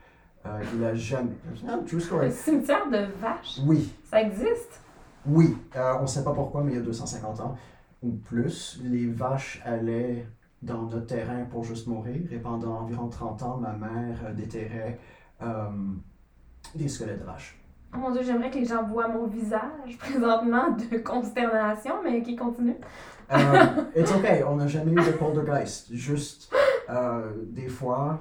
Speaker 3: euh, il a jamais. Non, Ah, true story.
Speaker 2: Un cimetière de vaches?
Speaker 3: Oui,
Speaker 2: Ça existe?
Speaker 3: oui, euh, on ne sait pas pourquoi, mais il y a 250 ans ou plus, les vaches allaient dans notre terrain pour juste mourir. Et pendant environ 30 ans, ma mère euh, déterrait euh, des squelettes de vaches.
Speaker 2: Oh mon dieu, j'aimerais que les gens voient mon visage présentement de consternation, mais qui continue.
Speaker 3: Euh, it's okay, on n'a jamais eu de poltergeist. Juste euh, des fois,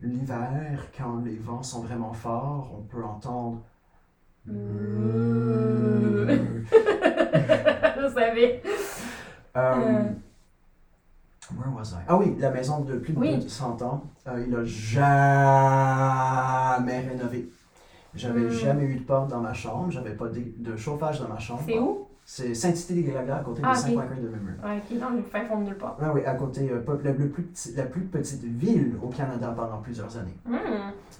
Speaker 3: l'hiver, quand les vents sont vraiment forts, on peut entendre.
Speaker 2: Mm. Je savais.
Speaker 3: Euh, Where was I? Ah oui, la maison de plus de
Speaker 2: Oui.
Speaker 3: 100 ans, euh, il a jamais rénové. J'avais
Speaker 2: Hmm.
Speaker 3: jamais eu de porte dans ma chambre, j'avais pas de, de chauffage dans ma chambre.
Speaker 2: C'est où?
Speaker 3: C'est Saint-Tité-des-Galaglas, à côté
Speaker 2: Ah, ok.
Speaker 3: de Saint-Coincoin de Memeux.
Speaker 2: Ouais, ok, non, le fin fond de nulle part.
Speaker 3: Ah oui, à côté, euh, pas- la, le plus petit- la plus petite ville au Canada pendant plusieurs années.
Speaker 2: Hmm.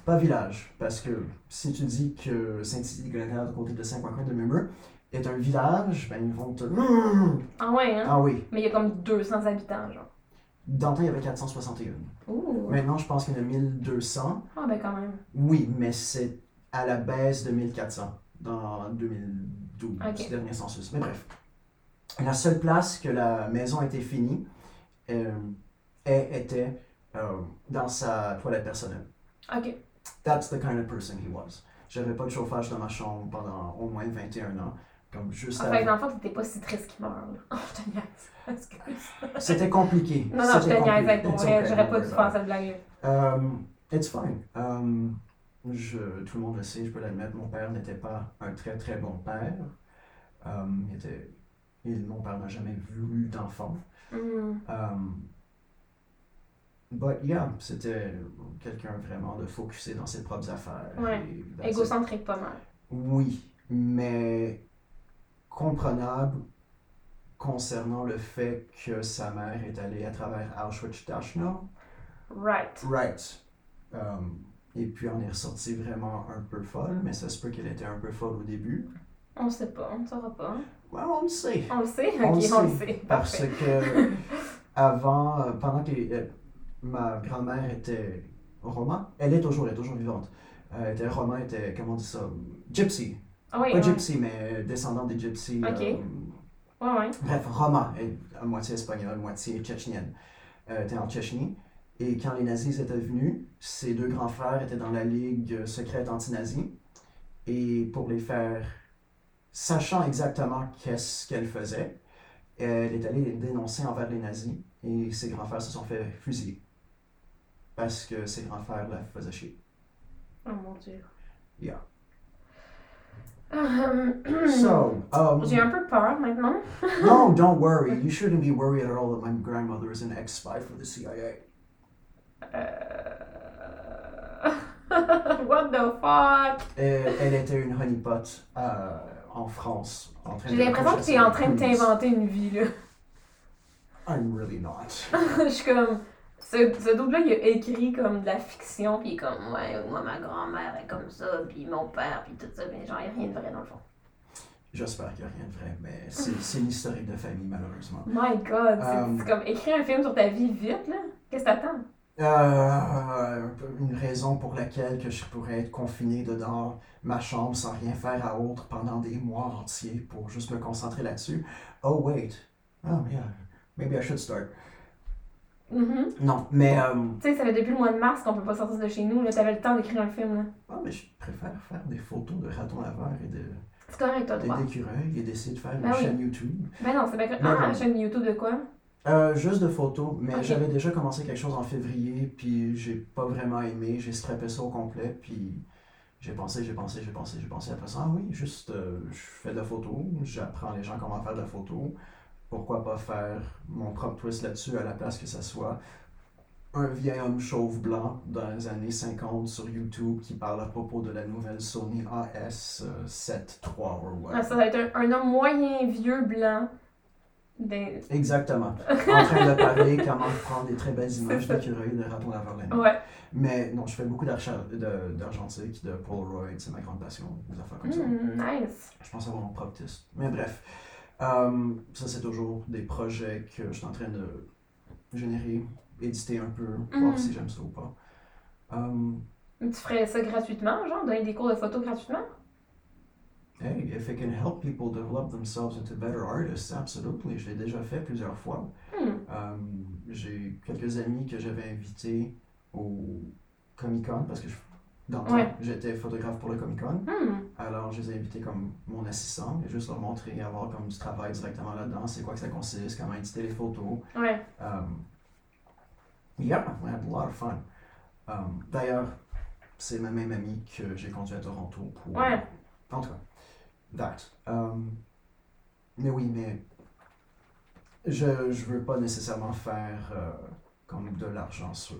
Speaker 3: Pas village, parce que si tu dis que Saint-Tité-des-Galaglas, à côté de Saint-Coincoin de Memeux, est un village, ben ils vont te... Hmm.
Speaker 2: Ah ouais, hein?
Speaker 3: Ah oui,
Speaker 2: Mais il y a comme 200 habitants, genre.
Speaker 3: d'antan il y avait 461.
Speaker 2: Ouh.
Speaker 3: Maintenant, je pense qu'il y en a 1200.
Speaker 2: Ah ben quand même.
Speaker 3: Oui, mais c'est à la baisse de 1400 dans 2012,
Speaker 2: Ok.
Speaker 3: le dernier census. Mais bref, la seule place que la maison était finie euh, elle était euh, dans sa toilette personnelle.
Speaker 2: Ok.
Speaker 3: That's the kind of person he was. J'avais pas de chauffage dans ma chambre pendant au moins 21 ans. Comme juste
Speaker 2: Enfin,
Speaker 3: avant.
Speaker 2: dans le fond, t'étais pas si triste qu'il meurt. là. Oh, Je te niaise. Excuse.
Speaker 3: C'était compliqué.
Speaker 2: Non, non, je
Speaker 3: C'était
Speaker 2: te niaise
Speaker 3: compliqué.
Speaker 2: avec pour
Speaker 3: It's
Speaker 2: vrai.
Speaker 3: okay,
Speaker 2: J'aurais
Speaker 3: don't
Speaker 2: pas dû
Speaker 3: worry
Speaker 2: faire
Speaker 3: about
Speaker 2: cette blague
Speaker 3: it. Um, it's fine. Um, je- tout le monde le sait, je peux l'admettre, mon père n'était pas un très très bon père. Um, il était, il- mon père n'a jamais voulu d'enfant.
Speaker 2: Hmm.
Speaker 3: Um, but yeah, c'était quelqu'un vraiment de focusé dans ses propres affaires.
Speaker 2: Ouais.
Speaker 3: et dans ses-
Speaker 2: Égocentrique, pas mal.
Speaker 3: Oui, mais comprenable concernant le fait que sa mère est allée à travers Auschwitz-Dachau.
Speaker 2: Right.
Speaker 3: Right. Um, et puis on est ressorti vraiment un peu folle, mais ça se peut qu'elle était un peu folle au début.
Speaker 2: On le sait pas, on ne saura pas.
Speaker 3: Ouais, on le sait.
Speaker 2: On le sait, ok,
Speaker 3: On
Speaker 2: on
Speaker 3: le
Speaker 2: le
Speaker 3: sait,
Speaker 2: sait.
Speaker 3: Parce
Speaker 2: Parfait.
Speaker 3: que euh, avant, euh, pendant que les- euh, ma grand-mère était roman, elle est toujours, elle est toujours vivante. Euh, elle était roman, était, comment on dit ça, gypsy.
Speaker 2: Ah oui,
Speaker 3: Pas
Speaker 2: ouais.
Speaker 3: gypsy, mais descendant des gypsies.
Speaker 2: Ok.
Speaker 3: euh,
Speaker 2: Ouais, ouais.
Speaker 3: Bref, Roma, est à moitié espagnole, moitié tchétchène. Euh, était en Tchétchénie. Et quand les nazis étaient venus, ses deux grands frères étaient dans la ligue secrète anti-nazie. Et pour les faire, sachant exactement qu'est-ce qu'elle faisait, elle est allée les dénoncer envers les nazis. Et ses grands frères se sont fait fusiller. Parce que ses grands frères la faisaient chier.
Speaker 2: Oh mon dieu.
Speaker 3: Yeah.
Speaker 2: Hum, hum.
Speaker 3: So, um,
Speaker 2: J'ai un peu peur maintenant.
Speaker 3: no, don't worry. You shouldn't be worried at all that my grandmother is an ex-spy for the CIA.
Speaker 2: Euh... What the fuck?
Speaker 3: Euh, elle était une honeypot euh, en France. en train
Speaker 2: J'ai
Speaker 3: de
Speaker 2: l'impression que
Speaker 3: chasser
Speaker 2: t'es en
Speaker 3: les
Speaker 2: train de
Speaker 3: polices.
Speaker 2: t'inventer une vie, là.
Speaker 3: I'm really not.
Speaker 2: Je suis comme. Ce, ce double-là, il a écrit comme de la fiction, puis il est comme, ouais, moi, ma grand-mère est comme ça, puis mon père, puis tout ça, mais genre, il n'y a rien de vrai dans le fond.
Speaker 3: J'espère qu'il n'y a rien de vrai, mais c'est c'est l'historique de famille, malheureusement.
Speaker 2: My god, c'est-
Speaker 3: Um.
Speaker 2: c'est comme écrire un film sur ta vie vite, là. Qu'est-ce que t'attends?
Speaker 3: Euh, une raison pour laquelle que je pourrais être confiné dedans ma chambre sans rien faire à autre pendant des mois entiers pour juste me concentrer là-dessus. Oh, wait. Oh, yeah. Maybe I should start.
Speaker 2: Mhm.
Speaker 3: Non, mais... euh,
Speaker 2: Tu sais, ça fait depuis le mois de mars qu'on peut pas sortir de chez nous, là. T'avais le temps d'écrire un film, là.
Speaker 3: ah, mais je préfère faire des photos de ratons laveurs et de-
Speaker 2: C'est correct, toi,
Speaker 3: et
Speaker 2: droit.
Speaker 3: d'écureuils et d'essayer de faire une
Speaker 2: Ben oui.
Speaker 3: chaîne YouTube.
Speaker 2: Ben non, c'est bien correct.
Speaker 3: Non,
Speaker 2: Ah,
Speaker 3: non.
Speaker 2: chaîne YouTube de quoi?
Speaker 3: Euh, juste de photos, mais
Speaker 2: Ok.
Speaker 3: j'avais déjà commencé quelque chose en février, puis j'ai pas vraiment aimé, j'ai scrappé ça au complet, puis j'ai pensé, j'ai pensé, j'ai pensé, j'ai pensé après ça, ah oui, juste euh, je fais de la photo, j'apprends les gens comment faire de la photo, pourquoi pas faire mon propre twist là-dessus à la place que ça soit un vieil homme chauve blanc dans les années 50 sur YouTube qui parle à propos de la nouvelle Sony AS7 III ou
Speaker 2: Ah, ça va être un, un homme moyen, vieux, blanc. Des-
Speaker 3: Exactement. En train de parler comment prendre des très belles images
Speaker 2: C'est ça.
Speaker 3: d'écureuils de ratons laveurs la nuit.
Speaker 2: Ouais.
Speaker 3: Mais non, je fais beaucoup d'archa- de- d'argentique, de Polaroid, c'est ma grande passion, des affaires comme ça.
Speaker 2: Hmm, nice.
Speaker 3: Je pense avoir mon propre test. Mais bref, Euh, ça c'est toujours des projets que je suis en train de générer, éditer un peu, voir
Speaker 2: Mhm.
Speaker 3: si j'aime ça ou pas. Euh,
Speaker 2: Tu ferais ça gratuitement, genre, donner des cours de photo gratuitement?
Speaker 3: hey, if it can help people develop themselves into better artists, absolutely. Je l'ai déjà fait plusieurs fois.
Speaker 2: Hmm.
Speaker 3: Euh, j'ai quelques amis que j'avais invités au Comic Con parce que je- dans le temps,
Speaker 2: Ouais.
Speaker 3: j'étais photographe pour le Comic Con.
Speaker 2: Hmm.
Speaker 3: Alors, je les ai invités comme mon assistant et juste leur montrer, avoir comme du travail directement là-dedans, c'est quoi que ça consiste, comment éditer les photos.
Speaker 2: Ouais.
Speaker 3: Um, yeah, we had a lot of fun. Um, D'ailleurs, c'est ma même amie que j'ai conduit à Toronto pour.
Speaker 2: Ouais.
Speaker 3: En tout cas, that. Um, mais oui, mais. Je, je veux pas nécessairement faire euh, comme de l'argent sur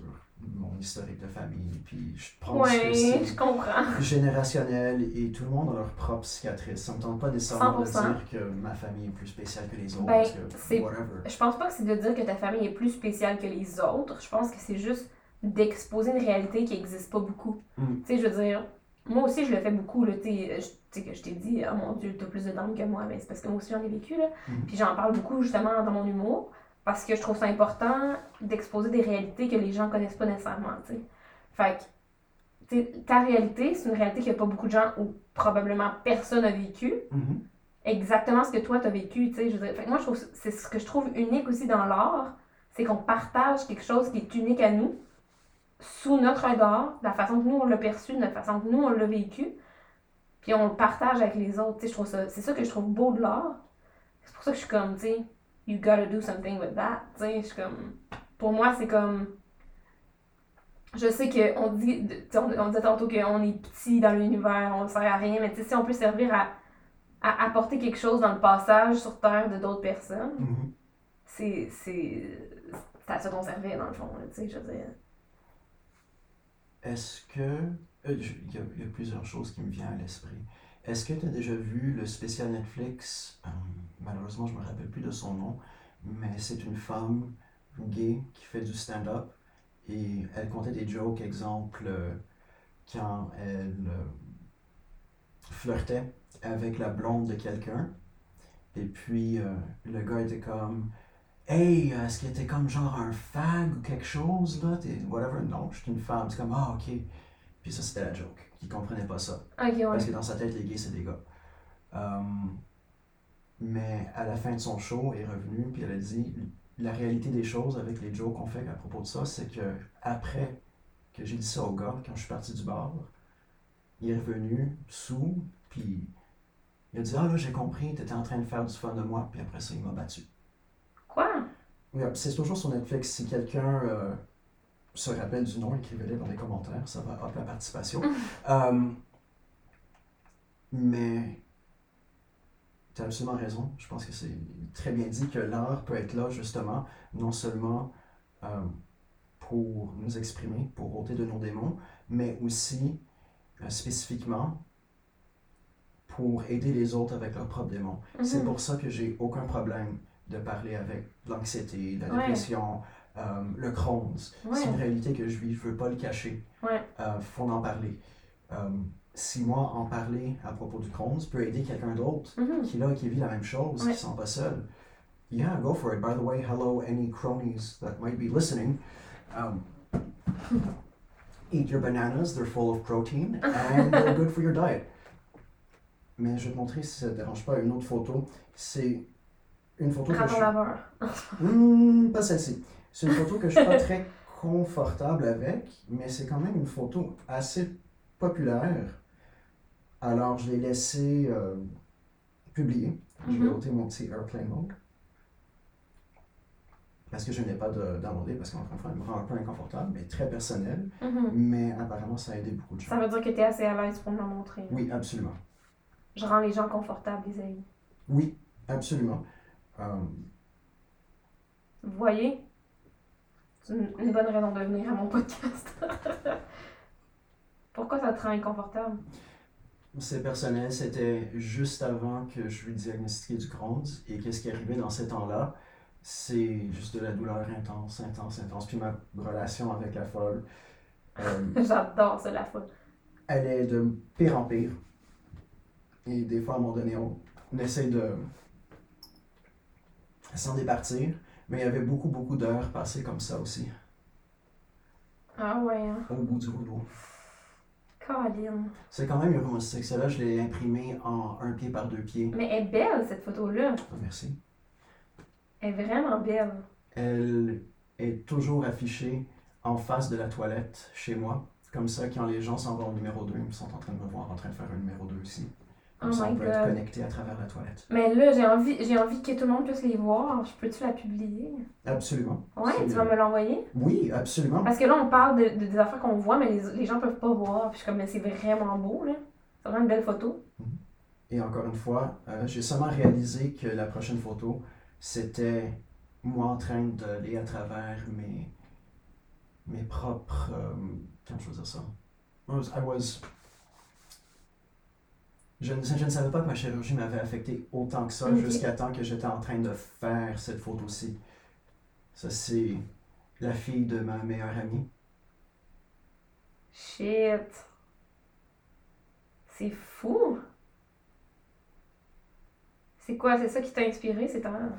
Speaker 3: mon historique de famille, puis je pense
Speaker 2: Ouais,
Speaker 3: que Oh, c'est
Speaker 2: je comprends.
Speaker 3: générationnel et tout le monde a leur propre cicatrice. Ça me tente pas nécessairement de
Speaker 2: 100%.
Speaker 3: dire que ma famille est plus spéciale que les autres,
Speaker 2: Ben,
Speaker 3: parce que
Speaker 2: c'est-
Speaker 3: whatever.
Speaker 2: Je pense pas que c'est de dire que ta famille est plus spéciale que les autres. Je pense que c'est juste d'exposer une réalité qui n'existe pas beaucoup.
Speaker 3: Mm.
Speaker 2: Tu sais, je veux dire, moi aussi, je le fais beaucoup. Là, tu sais, je- tu sais que je t'ai dit, oh mon Dieu, t'as plus de dents que moi, mais c'est parce que moi aussi, j'en ai vécu. Là.
Speaker 3: Mm.
Speaker 2: Puis j'en parle beaucoup, justement, dans mon humour, parce que je trouve ça important d'exposer des réalités que les gens connaissent pas nécessairement. tu sais. Fait que, tu sais, ta réalité, c'est une réalité que pas beaucoup de gens ou probablement personne n'a vécu
Speaker 3: Mhm.
Speaker 2: exactement ce que toi t'as vécu, tu sais, je veux dire. Fait que moi, je trouve, c'est ce que je trouve unique aussi dans l'art, c'est qu'on partage quelque chose qui est unique à nous, sous notre regard, de la façon que nous on l'a perçu, de la façon que nous on l'a vécu, Puis on le partage avec les autres. Tu sais, je trouve ça. C'est ça que je trouve beau de l'art. C'est pour ça que je suis comme, tu sais, you gotta do something with that. Tu sais, je suis comme. Pour moi, c'est comme. Je sais qu'on dit. tu sais, On, on disait tantôt qu'on est petit dans l'univers, on ne sert à rien, mais tu sais, si on peut servir à, à apporter quelque chose dans le passage sur Terre de d'autres personnes,
Speaker 3: Mhm.
Speaker 2: c'est. C'est c'est à ça qu'on servait, dans le fond, là, tu sais, je veux dire.
Speaker 3: Est-ce que. euh, je- Il y, a- il y a plusieurs choses qui me viennent à l'esprit. Est-ce que tu as déjà vu le spécial Netflix euh, Malheureusement, je me rappelle plus de son nom, mais c'est une femme gay qui fait du stand-up et elle comptait des jokes, exemple, euh, quand elle euh, flirtait avec la blonde de quelqu'un. Et puis, euh, le gars était comme. Hey, euh, est-ce que t'es comme genre un fag ou quelque chose, là? T'es whatever. Non, je suis une femme. C'est comme, ah, ok. Puis ça, c'était la joke. Il comprenait pas ça.
Speaker 2: Ok, ouais.
Speaker 3: Parce que dans sa tête, les gays, c'est des gars. Um, mais à la fin de son show, elle est revenue, puis elle a dit la réalité des choses avec les jokes qu'on fait à propos de ça, c'est que après que j'ai dit ça au gars, quand je suis parti du bar, il est revenu sous, puis il a dit Ah là, j'ai compris, t'étais en train de faire du fun de moi, puis après ça, il m'a battu.
Speaker 2: Quoi?
Speaker 3: Ouais, puis c'est toujours sur Netflix. Si quelqu'un euh, se rappelle du nom, écrivez-le dans les commentaires. Ça va up la participation. Euh, mais tu as absolument raison. Je pense que c'est très bien dit que l'art peut être là justement, non seulement euh, pour nous exprimer, pour ôter de nos démons, mais aussi euh, spécifiquement pour aider les autres avec leurs propres démons. C'est
Speaker 2: Mhm.
Speaker 3: pour ça que j'ai aucun problème de parler avec l'anxiété, la
Speaker 2: Ouais.
Speaker 3: dépression, euh, le Crohn's. C'est une
Speaker 2: Ouais.
Speaker 3: réalité que je vis, je veux pas le cacher.
Speaker 2: Ouais.
Speaker 3: Euh, faut en parler. Euh, si moi, en parler à propos du Crohn's peut aider quelqu'un d'autre
Speaker 2: Mhm.
Speaker 3: qui là, qui vit la même chose,
Speaker 2: Ouais.
Speaker 3: qui sont pas seuls, yeah, go for it. By the way, hello any cronies that might be listening. Um, eat your bananas, they're full of protein and they're good for your diet. Mais je vais te montrer si ça te dérange pas une autre photo. C'est une photo que
Speaker 2: Raton
Speaker 3: je
Speaker 2: laveur.
Speaker 3: Hmm, pas celle-ci. C'est une photo que je suis pas très confortable avec, mais c'est quand même une photo assez populaire. Alors, je l'ai laissée euh, publier. Je vais
Speaker 2: Mhm.
Speaker 3: ôter mon petit airplane mode. Parce que je n'ai pas de downloadé, parce qu'encore une fois, elle me rend un peu inconfortable, mais très personnel.
Speaker 2: Mhm.
Speaker 3: Mais apparemment, ça a aidé beaucoup de
Speaker 2: Ça
Speaker 3: gens.
Speaker 2: veut dire que t'es assez à l'aise pour me le montrer.
Speaker 3: Oui, absolument.
Speaker 2: Je rends les gens confortables, les amis.
Speaker 3: Oui, absolument. Euh,
Speaker 2: Vous voyez? C'est une, une bonne raison de venir à mon podcast. Pourquoi ça te rend inconfortable?
Speaker 3: C'est personnel, c'était juste avant que je lui diagnostiqué du Crohn's. Et qu'est-ce qui est arrivé dans ces temps-là? C'est juste de la douleur intense, intense, intense. Puis ma relation avec la folle, euh,
Speaker 2: J'adore ça, la fois.
Speaker 3: elle est de pire en pire. Et des fois, à un moment donné, on, on essaie de s'en départir. Mais il y avait beaucoup, beaucoup d'heures passées comme ça aussi,
Speaker 2: Ah ouais, hein.
Speaker 3: au bout du rouleau.
Speaker 2: Caroline.
Speaker 3: C'est quand même humoristique. Celle-là, je l'ai imprimée en un pied par deux pieds.
Speaker 2: Mais elle est belle, cette photo-là.
Speaker 3: Oh, merci.
Speaker 2: Elle est vraiment belle.
Speaker 3: elle est toujours affichée en face de la toilette chez moi. Comme ça, quand les gens s'en vont au numéro 2, ils sont en train de me voir en train de faire un numéro 2 ici. Comme
Speaker 2: Oh
Speaker 3: ça, on
Speaker 2: my
Speaker 3: peut être
Speaker 2: God.
Speaker 3: connecté à travers la toilette.
Speaker 2: Mais là, j'ai envie, j'ai envie que tout le monde puisse les voir. Je peux-tu la publier?
Speaker 3: Absolument.
Speaker 2: Ouais,
Speaker 3: C'est-
Speaker 2: tu vas me l'envoyer?
Speaker 3: Oui, absolument.
Speaker 2: Parce que là, on parle de, de- des affaires qu'on voit, mais les, les gens peuvent pas voir. Puis je suis comme, mais c'est vraiment beau, là. C'est vraiment une belle photo.
Speaker 3: Et encore une fois, euh, j'ai seulement réalisé que la prochaine photo, c'était moi en train d'aller à travers mes, mes propres. euh, comment je veux dire ça? I was- I was- Je, ne, je ne savais pas que ma chirurgie m'avait affecté autant que ça
Speaker 2: Ok.
Speaker 3: jusqu'à temps que j'étais en train de faire cette photo-ci. Ça, c'est la fille de ma meilleure amie.
Speaker 2: Shit. C'est fou. C'est quoi? C'est ça qui t'a inspiré, c'est un...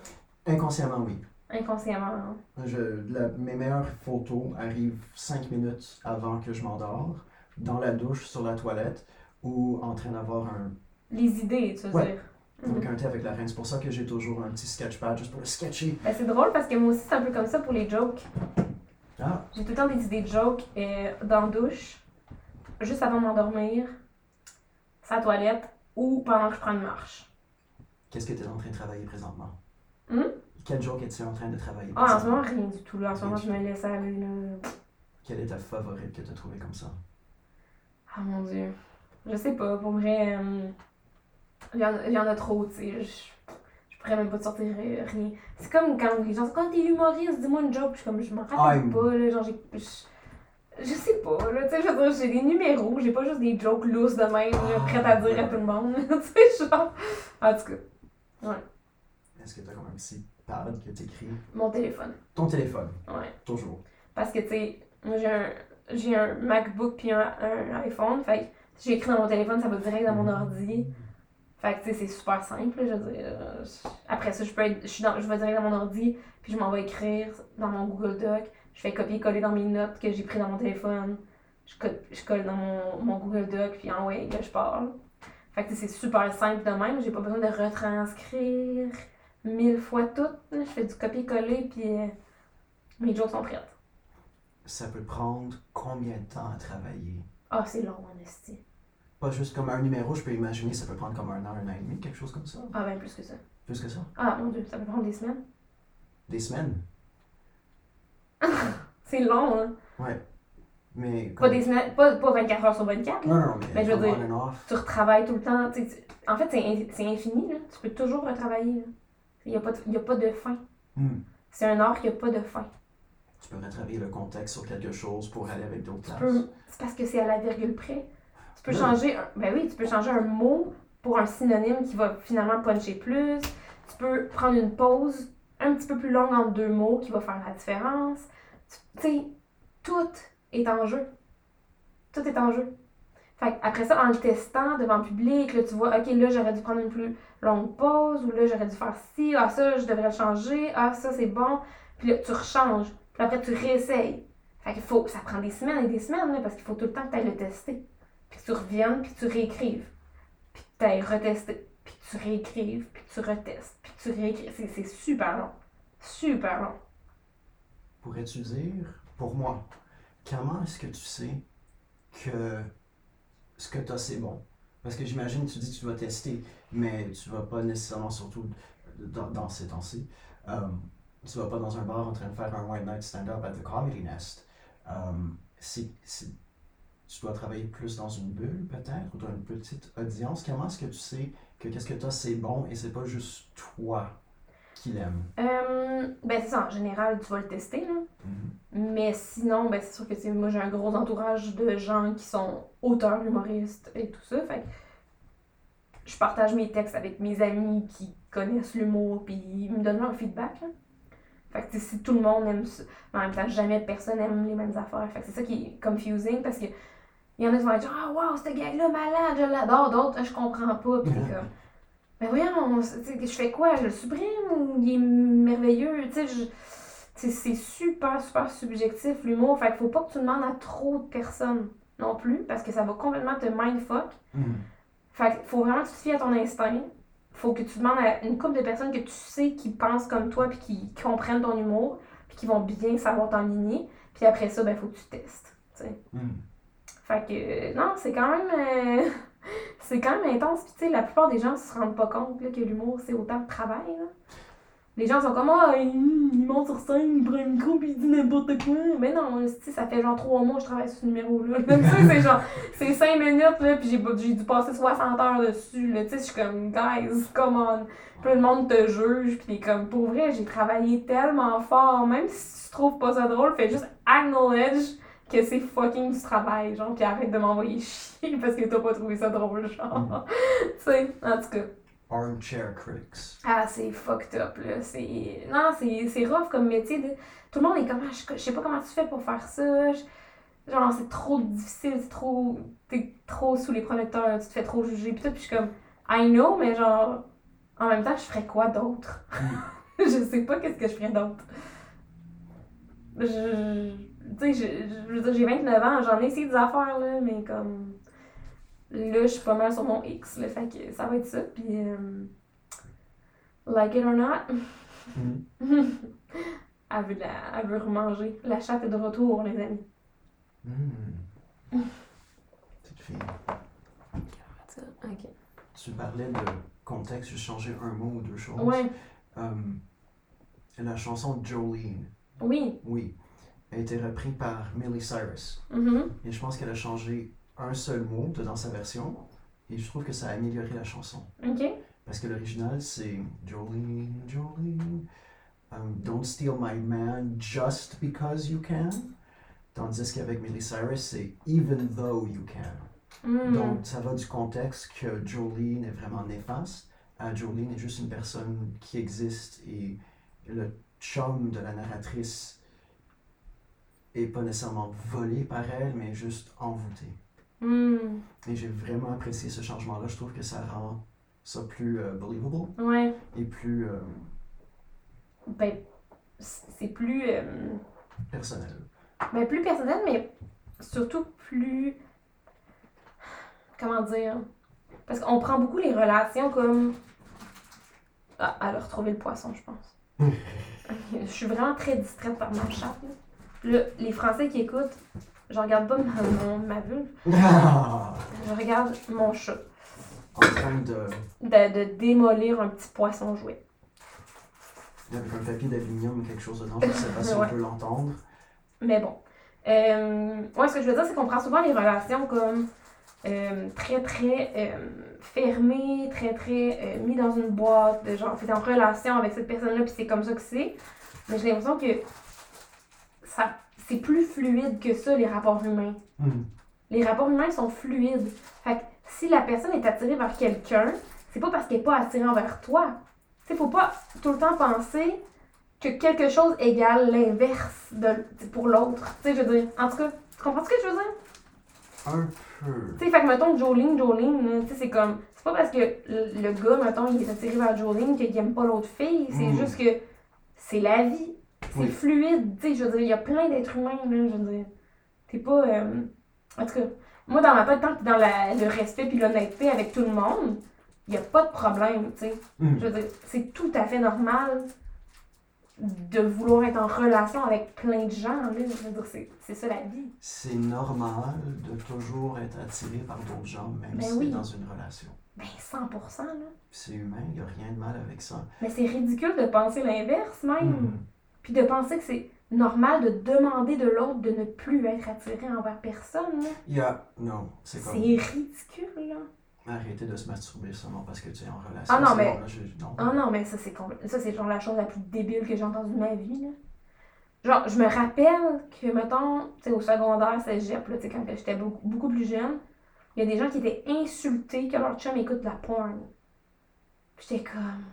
Speaker 3: Inconsciemment, oui.
Speaker 2: inconsciemment. hein?
Speaker 3: Je- la- mes meilleures photos arrivent 5 minutes avant que je m'endors, dans la douche, sur la toilette ou en train d'avoir un,
Speaker 2: Les idées, tu veux
Speaker 3: Ouais.
Speaker 2: dire. Mhm.
Speaker 3: avec un thé avec la reine. C'est pour ça que j'ai toujours un petit sketchpad juste pour le sketcher.
Speaker 2: Ben, c'est drôle parce que moi aussi, c'est un peu comme ça pour les jokes.
Speaker 3: Ah,
Speaker 2: J'ai tout le temps des idées de jokes euh, dans la douche, juste avant de m'endormir. sa toilette ou pendant que je prends une marche.
Speaker 3: Qu'est-ce que tu es en train de travailler présentement?
Speaker 2: Hmm?
Speaker 3: Quel jour es-tu en train de travailler
Speaker 2: Ah, en ce
Speaker 3: présentement?
Speaker 2: moment, rien du tout. Là. En ce moment, je me laisse aller. Là.
Speaker 3: Quelle est ta favorite que tu as trouvée comme ça?
Speaker 2: Ah mon dieu. Je sais pas, pour vrai, euh, il y, en a- il y en a trop, tu sais. Je, je pourrais même pas te sortir euh, rien. C'est comme quand les gens disent Quand t'es humoriste, dis-moi une joke. Je suis comme, je m'en rappelle
Speaker 3: I'm-
Speaker 2: pas, là. Genre, j'ai. Je, je sais pas, là. Tu sais, je veux dire, j'ai des numéros, j'ai pas juste des jokes lousses de même, là, prêtes à dire à tout le monde. tu sais, genre. En tout cas,
Speaker 3: Est-ce que tu as quand même si parle que tu écris?
Speaker 2: mon téléphone.
Speaker 3: Ton téléphone,
Speaker 2: Ouais.
Speaker 3: toujours.
Speaker 2: Parce que, tu sais, moi, j'ai un, j'ai un MacBook puis un, un iPhone. Fait que si j'écris dans mon téléphone, ça va direct dans mon ordi. Fait que, tu sais, c'est super simple. là, Je veux dire, euh, je- après ça, je peux être, je, suis dans, je vais direct dans mon ordi, puis je m'en vais écrire dans mon Google Doc. Je fais copier-coller dans mes notes que j'ai pris dans mon téléphone. Je, co- je colle dans mon, mon Google Doc, puis en way, là, je parle. Fait que, tu sais, c'est super simple de même. J'ai pas besoin de retranscrire mille fois tout. là. Je fais du copier-coller, puis euh, mes jokes sont prêtes.
Speaker 3: Ça peut prendre combien de temps à travailler?
Speaker 2: Ah, c'est long, en esti.
Speaker 3: Pas juste comme un numéro, je peux imaginer, ça peut prendre comme un an, un an et demi, quelque chose comme ça.
Speaker 2: Ah, ben plus que ça.
Speaker 3: Plus que ça.
Speaker 2: Ah, mon dieu, ça peut prendre des semaines.
Speaker 3: Des semaines.
Speaker 2: C'est long, hein.
Speaker 3: Mais.
Speaker 2: Pas
Speaker 3: comme-
Speaker 2: des semaines, pas, pas 24 heures sur 24. là.
Speaker 3: Non, non, mais.
Speaker 2: Mais je veux
Speaker 3: comme
Speaker 2: dire-
Speaker 3: on and off.
Speaker 2: Tu retravailles tout le temps. tu sais, tu- En fait, c'est in- c'est infini, là. Tu peux toujours retravailler, là. Il n'y a, pas de- il y a pas de fin.
Speaker 3: Hmm.
Speaker 2: C'est un art qui n'a pas de fin.
Speaker 3: Tu peux retravailler le contexte sur quelque chose pour aller avec d'autres
Speaker 2: Tu
Speaker 3: places.
Speaker 2: peux- C'est parce que c'est à la virgule près. Tu peux
Speaker 3: Hmm.
Speaker 2: changer un... Ben oui, tu peux changer un mot pour un synonyme qui va finalement puncher plus. Tu peux prendre une pause un petit peu plus longue entre deux mots qui va faire la différence. Tu tu sais, tout est en jeu. Tout est en jeu. Fait que après ça, en le testant devant le public, là, tu vois, OK, là, j'aurais dû prendre une plus longue pause, ou là, j'aurais dû faire ci, ah, ça, je devrais le changer, ah, ça, c'est bon. Puis là, tu rechanges. Puis après, tu réessayes. Fait qu'il faut, ça prend des semaines et des semaines, là, parce qu'il faut tout le temps que tu le tester. Puis que tu reviennes, puis que tu réécrives. Puis que tu ailles retester. Puis que tu réécrives, puis que tu retestes. Puis que tu réécrives. C'est, c'est super long. Super long.
Speaker 3: Pourrais-tu dire, pour moi, comment est-ce que tu sais que ce que tu as, c'est bon? Parce que j'imagine, tu dis que tu vas tester, mais tu vas pas nécessairement, surtout dans, dans ces temps-ci, um, tu vas pas dans un bar en train de faire un White Night Stand-Up at the Comedy Nest. Um, si- si- tu dois travailler plus dans une bulle, peut-être, ou dans une petite audience. Comment est-ce que tu sais que qu'est-ce que tu as, c'est bon et c'est pas juste toi qui l'aime?
Speaker 2: Euh, ben, c'est ça, en général, tu vas le tester, là. Mm-hmm. Mais sinon, ben, c'est sûr que tu sais, moi j'ai un gros entourage de gens qui sont auteurs, humoristes et tout ça. Fait que je partage mes textes avec mes amis qui connaissent l'humour puis ils me donnent leur feedback. là. Fait que tu sais, si tout le monde aime ça, mais en même temps, jamais personne aime les mêmes affaires. Fait que c'est ça qui est confusing parce que il y en a qui vont être genre Ah wow, ce gars-là malade, je l'adore, d'autres Ah, je comprends pas. Puis t'es comme Mais voyons, tu sais, je fais quoi Je le supprime ou il est merveilleux Tu sais, je- c'est- c'est super, super subjectif l'humour. Fait qu'il faut pas que tu demandes à trop de personnes non plus parce que ça va complètement te mindfuck.
Speaker 3: Mhm.
Speaker 2: Fait qu'il faut vraiment que tu te fies à ton instinct. Faut que tu demandes à une couple de personnes que tu sais qui pensent comme toi puis qui comprennent ton humour puis qui vont bien savoir t'enligner. Puis après ça, ben faut que tu testes. tu sais.
Speaker 3: Mhm.
Speaker 2: Fait que euh, non, c'est quand même euh, c'est quand même intense. Puis tu sais, la plupart des gens se rendent pas compte là, que l'humour c'est autant de travail. là. Les gens sont comme ah il il monte sur scène, il prend un micro puis il dit n'importe quoi. Mais non, tu sais, ça fait genre trois mois que je travaille sur ce numéro là. tu sais, c'est genre c'est cinq minutes là, puis j'ai pas- j'ai dû passer 60 heures dessus. Là, tu sais, je suis comme guys, come on. Puis le monde te juge, puis t'es comme pour vrai, j'ai travaillé tellement fort, même si tu trouves pas ça drôle, fais juste acknowledge que c'est fucking du travail, genre, pis arrête de m'envoyer chier parce que t'as pas trouvé ça drôle, genre. tu sais, en tout cas.
Speaker 3: Armchair Critics.
Speaker 2: Ah, c'est fucked up, là. C'est. Non, c'est c'est rough comme métier. de- Tout le monde est comme, Ah, je, je sais pas comment tu fais pour faire ça. Je- Genre, c'est trop difficile, c'est trop. T'es trop sous les projecteurs, tu te fais trop juger, pis tout, pis je suis comme, I know, mais genre, en même temps, je ferais quoi d'autre? je sais pas qu'est-ce que je ferais d'autre. Je. Tu sais, je, je veux dire, j'ai 29 ans, j'en ai essayé des affaires, là, mais comme. Là, je suis pas mal sur mon X, le fait que ça va être ça, pis. euh, Like it or not,
Speaker 3: Mhm.
Speaker 2: elle veut, la, elle veut remanger. La chatte est de retour, les amis.
Speaker 3: Mhm. Hmm. Petite fille.
Speaker 2: That's it. Ok.
Speaker 3: Tu parlais de contexte, juste changer un mot ou deux choses.
Speaker 2: Ouais.
Speaker 3: Hum, la chanson Jolene,
Speaker 2: Oui.
Speaker 3: oui, a été reprise par Miley Cyrus.
Speaker 2: Mhm.
Speaker 3: Et je pense qu'elle a changé un seul mot de- dans sa version. Et je trouve que ça a amélioré la chanson.
Speaker 2: Ok.
Speaker 3: Parce que l'original, c'est Jolene, Jolene. um, don't steal my man just because you can. Tandis qu'avec Miley Cyrus, c'est even though you can.
Speaker 2: Hmm.
Speaker 3: Donc, ça va du contexte que Jolene est vraiment néfaste à Jolene est juste une personne qui existe et le chum de la narratrice est pas nécessairement volé par elle, mais juste envoûté.
Speaker 2: Hmm.
Speaker 3: Et j'ai vraiment apprécié ce changement-là. Je trouve que ça rend ça plus euh, believable
Speaker 2: Ouais.
Speaker 3: et plus euh,
Speaker 2: Ben, c- c'est plus. euh,
Speaker 3: personnel.
Speaker 2: ben, plus personnel, mais surtout plus. Comment dire Parce qu'on prend beaucoup les relations comme. Ah, elle a retrouvé le poisson, je pense. je suis vraiment très distraite par ma chatte. là. Là, les Français qui écoutent, je regarde pas ma, mon- ma vulve,
Speaker 3: Ah!
Speaker 2: je regarde mon chat
Speaker 3: En train de.
Speaker 2: de, de démolir un petit poisson jouet.
Speaker 3: avec un papier d'aluminium ou quelque chose dedans, je ne sais pas si
Speaker 2: Ouais.
Speaker 3: on peut l'entendre.
Speaker 2: Mais bon. Euh, ouais, ce que je veux dire, c'est qu'on prend souvent les relations comme euh, très, très euh, fermées, très, très euh, mis dans une boîte, de genre, t'es en relation avec cette personne-là, puis c'est comme ça que c'est. Mais j'ai l'impression que ça, c'est plus fluide que ça, les rapports humains.
Speaker 3: Hmm.
Speaker 2: Les rapports humains sont fluides. Fait que si la personne est attirée vers quelqu'un, c'est pas parce qu'elle n'est pas attirée envers toi. Tu sais, faut pas tout le temps penser que quelque chose égale l'inverse de- pour l'autre. Tu sais, je veux dire, en tout cas, tu comprends ce que je veux dire?
Speaker 3: Un peu.
Speaker 2: Tu sais, fait que mettons Jolene, Jolene, là, tu sais, c'est comme. C'est pas parce que le le gars, mettons, il est attiré vers Jolene qu'il aime pas l'autre fille. C'est
Speaker 3: Mm.
Speaker 2: juste que c'est la vie. C'est
Speaker 3: Oui.
Speaker 2: fluide. Tu sais, je veux dire, il y a plein d'êtres humains, là, je veux dire. T'es pas. euh, En tout cas, moi, dans ma tête, tant que dans la- le respect puis l'honnêteté avec tout le monde, il y a pas de problème, tu sais.
Speaker 3: Hmm.
Speaker 2: Je veux dire, c'est tout à fait normal de vouloir être en relation avec plein de gens, là. Je veux dire, c'est- c'est ça la vie.
Speaker 3: C'est normal de toujours être attiré par d'autres gens, même
Speaker 2: Ben
Speaker 3: si
Speaker 2: oui.
Speaker 3: t'es dans une relation.
Speaker 2: Ben, 100%, là.
Speaker 3: C'est humain, il n'y a rien de mal avec ça.
Speaker 2: Mais c'est ridicule de penser l'inverse même.
Speaker 3: Mhm.
Speaker 2: Puis de penser que c'est normal de demander de l'autre de ne plus être attiré envers personne. là.
Speaker 3: Il y a. Non, c'est
Speaker 2: C'est
Speaker 3: comme.
Speaker 2: ridicule, là.
Speaker 3: Arrêtez de se masturber seulement parce que tu es en relation.
Speaker 2: Ah non,
Speaker 3: C'est
Speaker 2: mais-
Speaker 3: bon, là, je- non.
Speaker 2: Ah non, mais ça, c'est compl- ça, c'est genre la chose la plus débile que j'ai entendue de ma vie, là. Genre, je me rappelle que, mettons, tu sais, au secondaire, cégep, là, tu sais, quand j'étais beaucoup, beaucoup plus jeune, il y a des gens qui étaient insultés que leur chum écoute de la porn. Puis j'étais comme...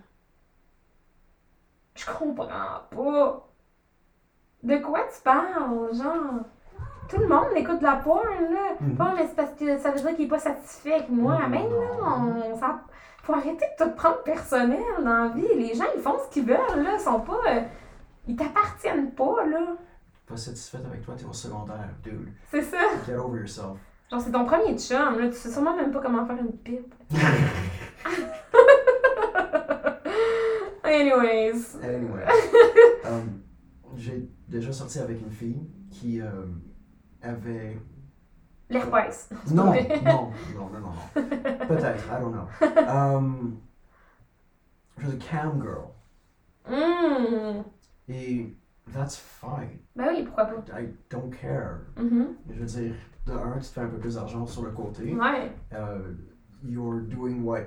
Speaker 2: Je comprends pas. De quoi tu parles, genre? Tout le monde écoute de la porn, là.
Speaker 3: Mhm.
Speaker 2: Bon, mais c'est parce que ça veut dire qu'il est pas satisfait avec moi.
Speaker 3: Mhm.
Speaker 2: Mais non, ça... Faut arrêter de te prendre personnel dans la vie. Les gens, ils font ce qu'ils veulent, là. Ils sont pas... euh, Ils t'appartiennent pas, là.
Speaker 3: Pas satisfaite avec toi, t'es au secondaire, dude.
Speaker 2: C'est ça.
Speaker 3: Get over yourself.
Speaker 2: Genre, c'est ton premier chum, là. Tu sais sûrement même pas comment faire une pipe. Anyways.
Speaker 3: Anyway. Um, J'ai déjà sorti avec une fille qui euh, avait
Speaker 2: L'herpès.
Speaker 3: Non,
Speaker 2: vrai.
Speaker 3: non, non, non, non, non. Peut-être, I don't know. Um, je suis cam girl.
Speaker 2: Hum.
Speaker 3: Et that's fine.
Speaker 2: Ben oui, pourquoi pas.
Speaker 3: I don't care.
Speaker 2: Mhm.
Speaker 3: Je veux dire, de un, tu te fais un peu plus d'argent sur le côté.
Speaker 2: Ouais.
Speaker 3: Euh, you're doing what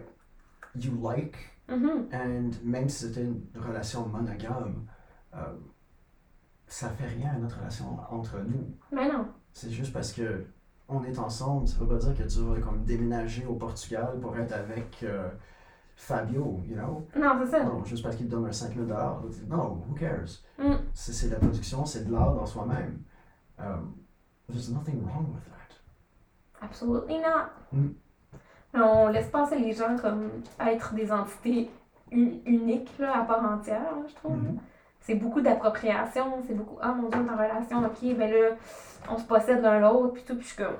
Speaker 3: you like.
Speaker 2: Mhm.
Speaker 3: And même si c'était une relation monogame, euh, ça fait rien à notre relation entre nous.
Speaker 2: Mais Ben non.
Speaker 3: C'est juste parce que on est ensemble, ça veut pas dire que tu vas comme déménager au Portugal pour être avec euh, Fabio, you know?
Speaker 2: Non, c'est ça.
Speaker 3: Non, juste parce qu'il te donne un 5000 dollars. Non, who cares?
Speaker 2: Mm.
Speaker 3: C'est c'est de la production, c'est de l'art dans soi-même. Um, there's nothing wrong with that.
Speaker 2: Absolutely not.
Speaker 3: Mm.
Speaker 2: On laisse passer les gens comme être des entités u- uniques, là, à part entière, là, je trouve. là.
Speaker 3: Mhm.
Speaker 2: C'est beaucoup d'appropriation, c'est beaucoup Ah mon dieu, on est en relation, ok, ben là, on se possède l'un l'autre, puis tout, puis je suis comme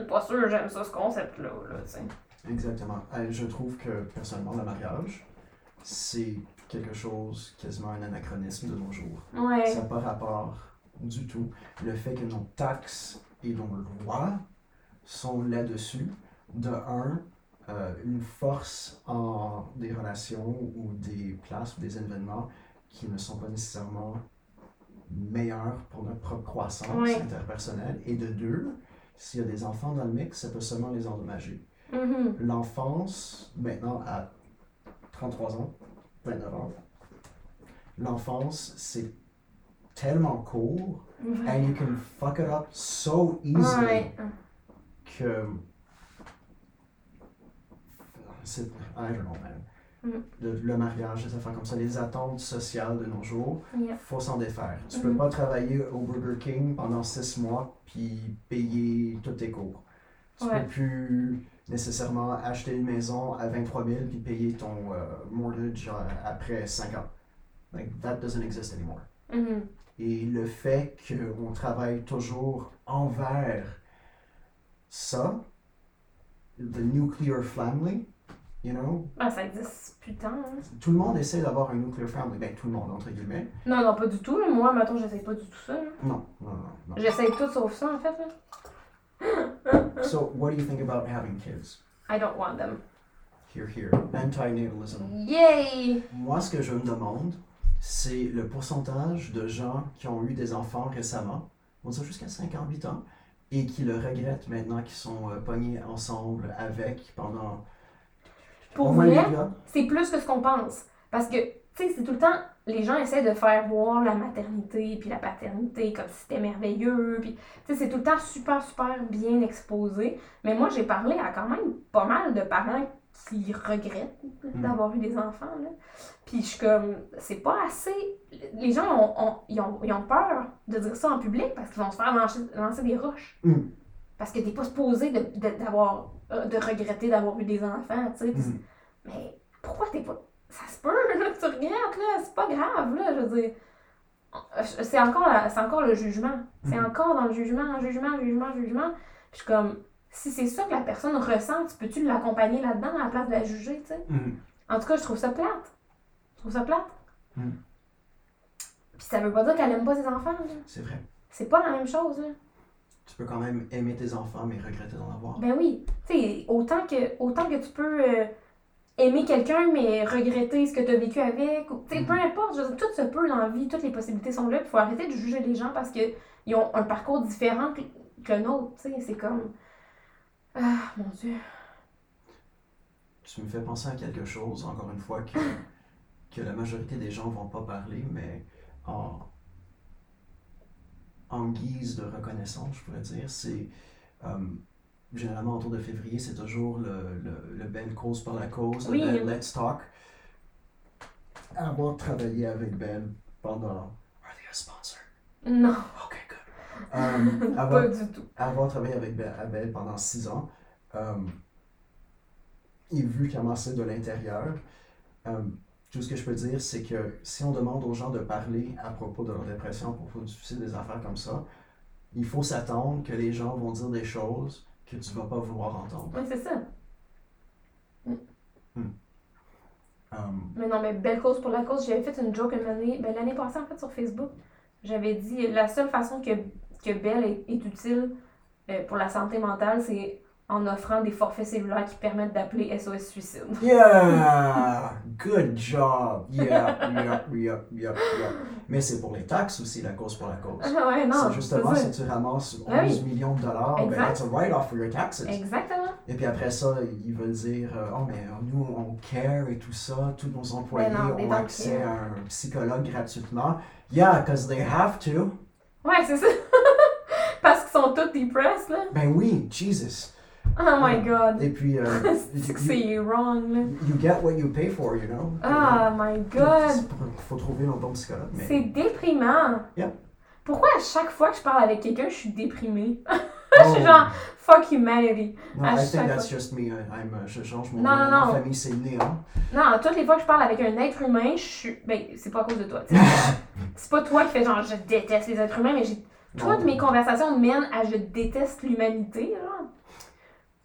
Speaker 2: Hum, pas sûr, j'aime ça ce concept-là, là, tu sais.
Speaker 3: Exactement. Euh, Je trouve que personnellement, le mariage, c'est quelque chose quasiment un anachronisme de nos jours.
Speaker 2: Ouais.
Speaker 3: Ça n'a pas rapport du tout. Le fait que nos taxes et nos lois sont là-dessus, de un, euh, une force en des relations ou des places ou des événements qui ne sont pas nécessairement meilleurs pour notre propre croissance
Speaker 2: Oui.
Speaker 3: interpersonnelle. Et de deux, s'il y a des enfants dans le mix, ça peut seulement les endommager.
Speaker 2: Mhm.
Speaker 3: L'enfance, maintenant à 33 ans, 29 ans, l'enfance, c'est tellement court and you can fuck it up so easily
Speaker 2: Ouais.
Speaker 3: que c'est I don't know man.
Speaker 2: Mm.
Speaker 3: Le, le mariage, les affaires comme ça, les attentes sociales de nos jours,
Speaker 2: Yeah.
Speaker 3: faut s'en défaire. Tu
Speaker 2: Mhm.
Speaker 3: peux pas travailler au Burger King pendant six mois puis payer tous tes cours. Tu
Speaker 2: Ouais.
Speaker 3: peux plus nécessairement acheter une maison à 23 000 puis payer ton euh, mortgage euh, après 5 ans. Like, that doesn't exist anymore.
Speaker 2: Mhm.
Speaker 3: Et le fait qu'on travaille toujours envers ça, the nuclear family, you know,
Speaker 2: Ah, ça existe plus tant. hein.
Speaker 3: tout le monde essaie d'avoir un nuclear family, ben tout le monde entre guillemets.
Speaker 2: Non, non, pas du tout. là. Moi, mettons, j'essaye pas du tout ça. là.
Speaker 3: Non, non, non, non.
Speaker 2: J'essaye tout sauf ça, en fait. là.
Speaker 3: So, what do you think about having kids?
Speaker 2: I don't want them.
Speaker 3: Here, here.
Speaker 2: Mm-hmm.
Speaker 3: Antinatalism.
Speaker 2: Yay!
Speaker 3: Moi, ce que je me demande, c'est le pourcentage de gens qui ont eu des enfants récemment, on dit jusqu'à 58 ans, et qui le regrettent maintenant qu'ils sont euh, pognés ensemble avec pendant
Speaker 2: Pour
Speaker 3: Au moins,
Speaker 2: vrai,
Speaker 3: les gars,
Speaker 2: c'est plus que ce qu'on pense. Parce que, tu sais, c'est tout le temps, les gens essaient de faire voir la maternité puis la paternité comme si c'était merveilleux. Puis, tu sais, c'est tout le temps super, super bien exposé. Mais moi, j'ai parlé à quand même pas mal de parents qui regrettent
Speaker 3: Mm.
Speaker 2: d'avoir eu des enfants. Là. Puis, je suis comme, c'est pas assez. Les gens ont, ont- ils ont, ils ont peur de dire ça en public parce qu'ils vont se faire lancer, lancer des roches.
Speaker 3: Mm.
Speaker 2: Parce que t'es pas supposé de, de- d'avoir, euh, de regretter d'avoir eu des enfants, tu sais. Puis
Speaker 3: Mm.
Speaker 2: mais pourquoi t'es pas. Ça se peut, là, que tu regrettes, là, c'est pas grave, là, je veux dire. C'est encore, la- c'est encore le jugement. C'est
Speaker 3: Mhm.
Speaker 2: encore dans le jugement, jugement, jugement, jugement. Puis je suis comme, si c'est ça que la personne ressent, tu peux-tu l'accompagner là-dedans à la place de la juger, tu sais?
Speaker 3: Mhm.
Speaker 2: En tout cas, je trouve ça plate. Je trouve ça plate.
Speaker 3: Mhm.
Speaker 2: Puis ça veut pas dire qu'elle aime pas ses enfants, là.
Speaker 3: C'est vrai.
Speaker 2: C'est pas la même chose, là.
Speaker 3: Tu peux quand même aimer tes enfants, mais regretter d'en avoir.
Speaker 2: Ben oui, tu sais, autant que, autant que tu peux euh, aimer quelqu'un, mais regretter ce que tu as vécu avec, ou- tu sais, peu importe, je veux dire, tout se peut dans la vie, toutes les possibilités sont là, il faut arrêter de juger les gens parce qu'ils ont un parcours différent que, que le nôtre, tu sais, c'est comme... Ah, mon Dieu.
Speaker 3: Tu me fais penser à quelque chose, encore une fois, que, que la majorité des gens vont pas parler, mais en, en guise de reconnaissance, je pourrais dire, c'est euh, généralement autour de février, c'est toujours le, le, le belle cause par la cause, le
Speaker 2: Oui.
Speaker 3: bel let's talk. Avoir travaillé avec Belle pendant. Are they a sponsor?
Speaker 2: Non,
Speaker 3: Okay, good. Euh, avoir
Speaker 2: pas du tout.
Speaker 3: avoir travaillé avec Be- Abel pendant six ans euh, et vu commencer de l'intérieur, euh, tout ce que je peux dire, c'est que si on demande aux gens de parler à propos de leur dépression, à propos du suicide, des affaires comme ça, il faut s'attendre que les gens vont dire des choses que tu vas pas vouloir entendre.
Speaker 2: Ouais, c'est ça.
Speaker 3: Euh,
Speaker 2: Mais non, mais belle cause pour la cause. J'avais fait une joke une année, ben, l'année passée en fait sur Facebook. J'avais dit euh, la seule façon que, que Belle est, est utile euh, pour la santé mentale, c'est en offrant des forfaits cellulaires qui permettent d'appeler SOS Suicide.
Speaker 3: Yeah! Good job! Yeah, yeah, yeah, yeah, yeah. Mais c'est pour les taxes aussi, la cause pour la cause.
Speaker 2: Ah ouais, non.
Speaker 3: c'est justement
Speaker 2: c'est
Speaker 3: si
Speaker 2: ça.
Speaker 3: tu ramasses 11
Speaker 2: Ah oui.
Speaker 3: millions de dollars, ben
Speaker 2: Exact.
Speaker 3: that's a write-off for your taxes.
Speaker 2: Exactement.
Speaker 3: Et puis après ça, ils veulent dire euh, Oh, mais nous, on care et tout ça, tous nos employés
Speaker 2: non, they
Speaker 3: ont
Speaker 2: don't
Speaker 3: accès
Speaker 2: care.
Speaker 3: à un psychologue gratuitement. Yeah, because they have to.
Speaker 2: Ouais, c'est ça. Parce qu'ils sont tous depressed, là.
Speaker 3: Ben oui, Jesus.
Speaker 2: Oh my god.
Speaker 3: Et puis, euh,
Speaker 2: C'est que
Speaker 3: you,
Speaker 2: c'est wrong, là.
Speaker 3: you get what you pay for, you know.
Speaker 2: Oh my god.
Speaker 3: Il faut trouver un bon psychologue. Mais...
Speaker 2: C'est déprimant.
Speaker 3: Yep.
Speaker 2: Pourquoi à chaque fois que je parle avec quelqu'un, je suis déprimée?
Speaker 3: Oh.
Speaker 2: suis genre- Fuck humanity.
Speaker 3: Non,
Speaker 2: à
Speaker 3: I think
Speaker 2: chaque
Speaker 3: that's just me. I- I'm, euh, je change mon
Speaker 2: Non,
Speaker 3: nom.
Speaker 2: non,
Speaker 3: Ma
Speaker 2: non.
Speaker 3: famille, c'est néant.
Speaker 2: Non, toutes les fois que je parle avec un être humain, je suis. Ben, c'est pas à cause de toi. t'sais. c'est pas toi qui fais genre je déteste les êtres humains, mais j'ai. Toutes
Speaker 3: Non.
Speaker 2: mes conversations mènent à je déteste l'humanité, genre.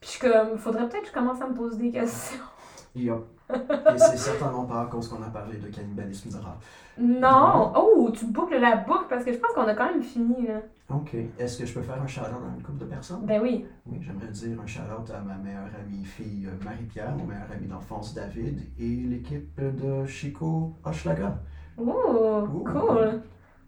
Speaker 2: Puis je suis comme, faudrait peut-être que je commence à me poser des questions.
Speaker 3: Yup. Et c'est certainement pas à cause qu'on a parlé de cannibalisme de rap.
Speaker 4: Non! Oh, tu boucles la boucle parce que je pense qu'on a quand même fini, là.
Speaker 3: Ok. Est-ce que je peux faire un shout-out à une couple de personnes?
Speaker 4: Ben oui.
Speaker 3: Oui, j'aimerais dire un shout-out à ma meilleure amie fille euh, Marie-Pierre, mon meilleur ami d'enfance David et l'équipe de Chico Hochelaga.
Speaker 4: Oh,
Speaker 3: Ouh.
Speaker 4: cool!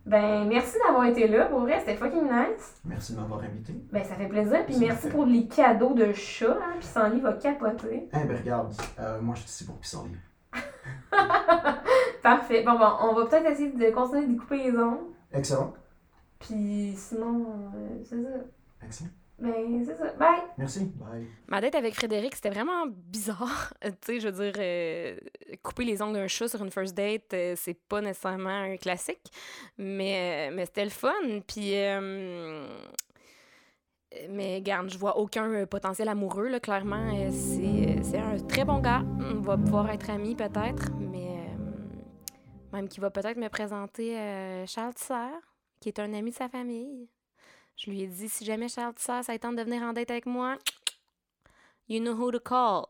Speaker 4: Ben, merci d'avoir été là. Pour vrai, c'était fucking nice.
Speaker 3: Merci de m'avoir invité.
Speaker 4: Ben, ça fait plaisir. Puis
Speaker 3: Ça
Speaker 4: merci
Speaker 3: fait.
Speaker 4: pour les cadeaux de chat, hein. Puis Sandy va capoter.
Speaker 3: Eh ben regarde, euh, moi je suis ici pour pissenlit.
Speaker 4: Parfait. Bon, bon, on va peut-être essayer de continuer de découper les ondes.
Speaker 3: Excellent.
Speaker 4: Puis sinon, euh, c'est ça.
Speaker 3: Excellent.
Speaker 4: Ben, c'est ça. Bye!
Speaker 3: Merci. Bye.
Speaker 2: Ma date avec Frédéric, c'était vraiment bizarre. tu sais, je veux dire, euh, couper les ongles d'un chat sur une first date, euh, c'est pas nécessairement un classique, mais, euh, mais c'était le fun. Puis, euh, mais garde, je vois aucun euh, potentiel amoureux, là, clairement. Euh, C'est, c'est un très bon gars. On va pouvoir être amis, peut-être, mais euh, même qui va peut-être me présenter euh, Charles Tissère, qui est un ami de sa famille. Je lui ai dit, si jamais Charles Tissère, ça lui tente de venir en date avec moi, You know who to call.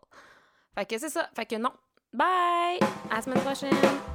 Speaker 2: Fait que c'est ça. Fait que non. Bye! À la semaine prochaine!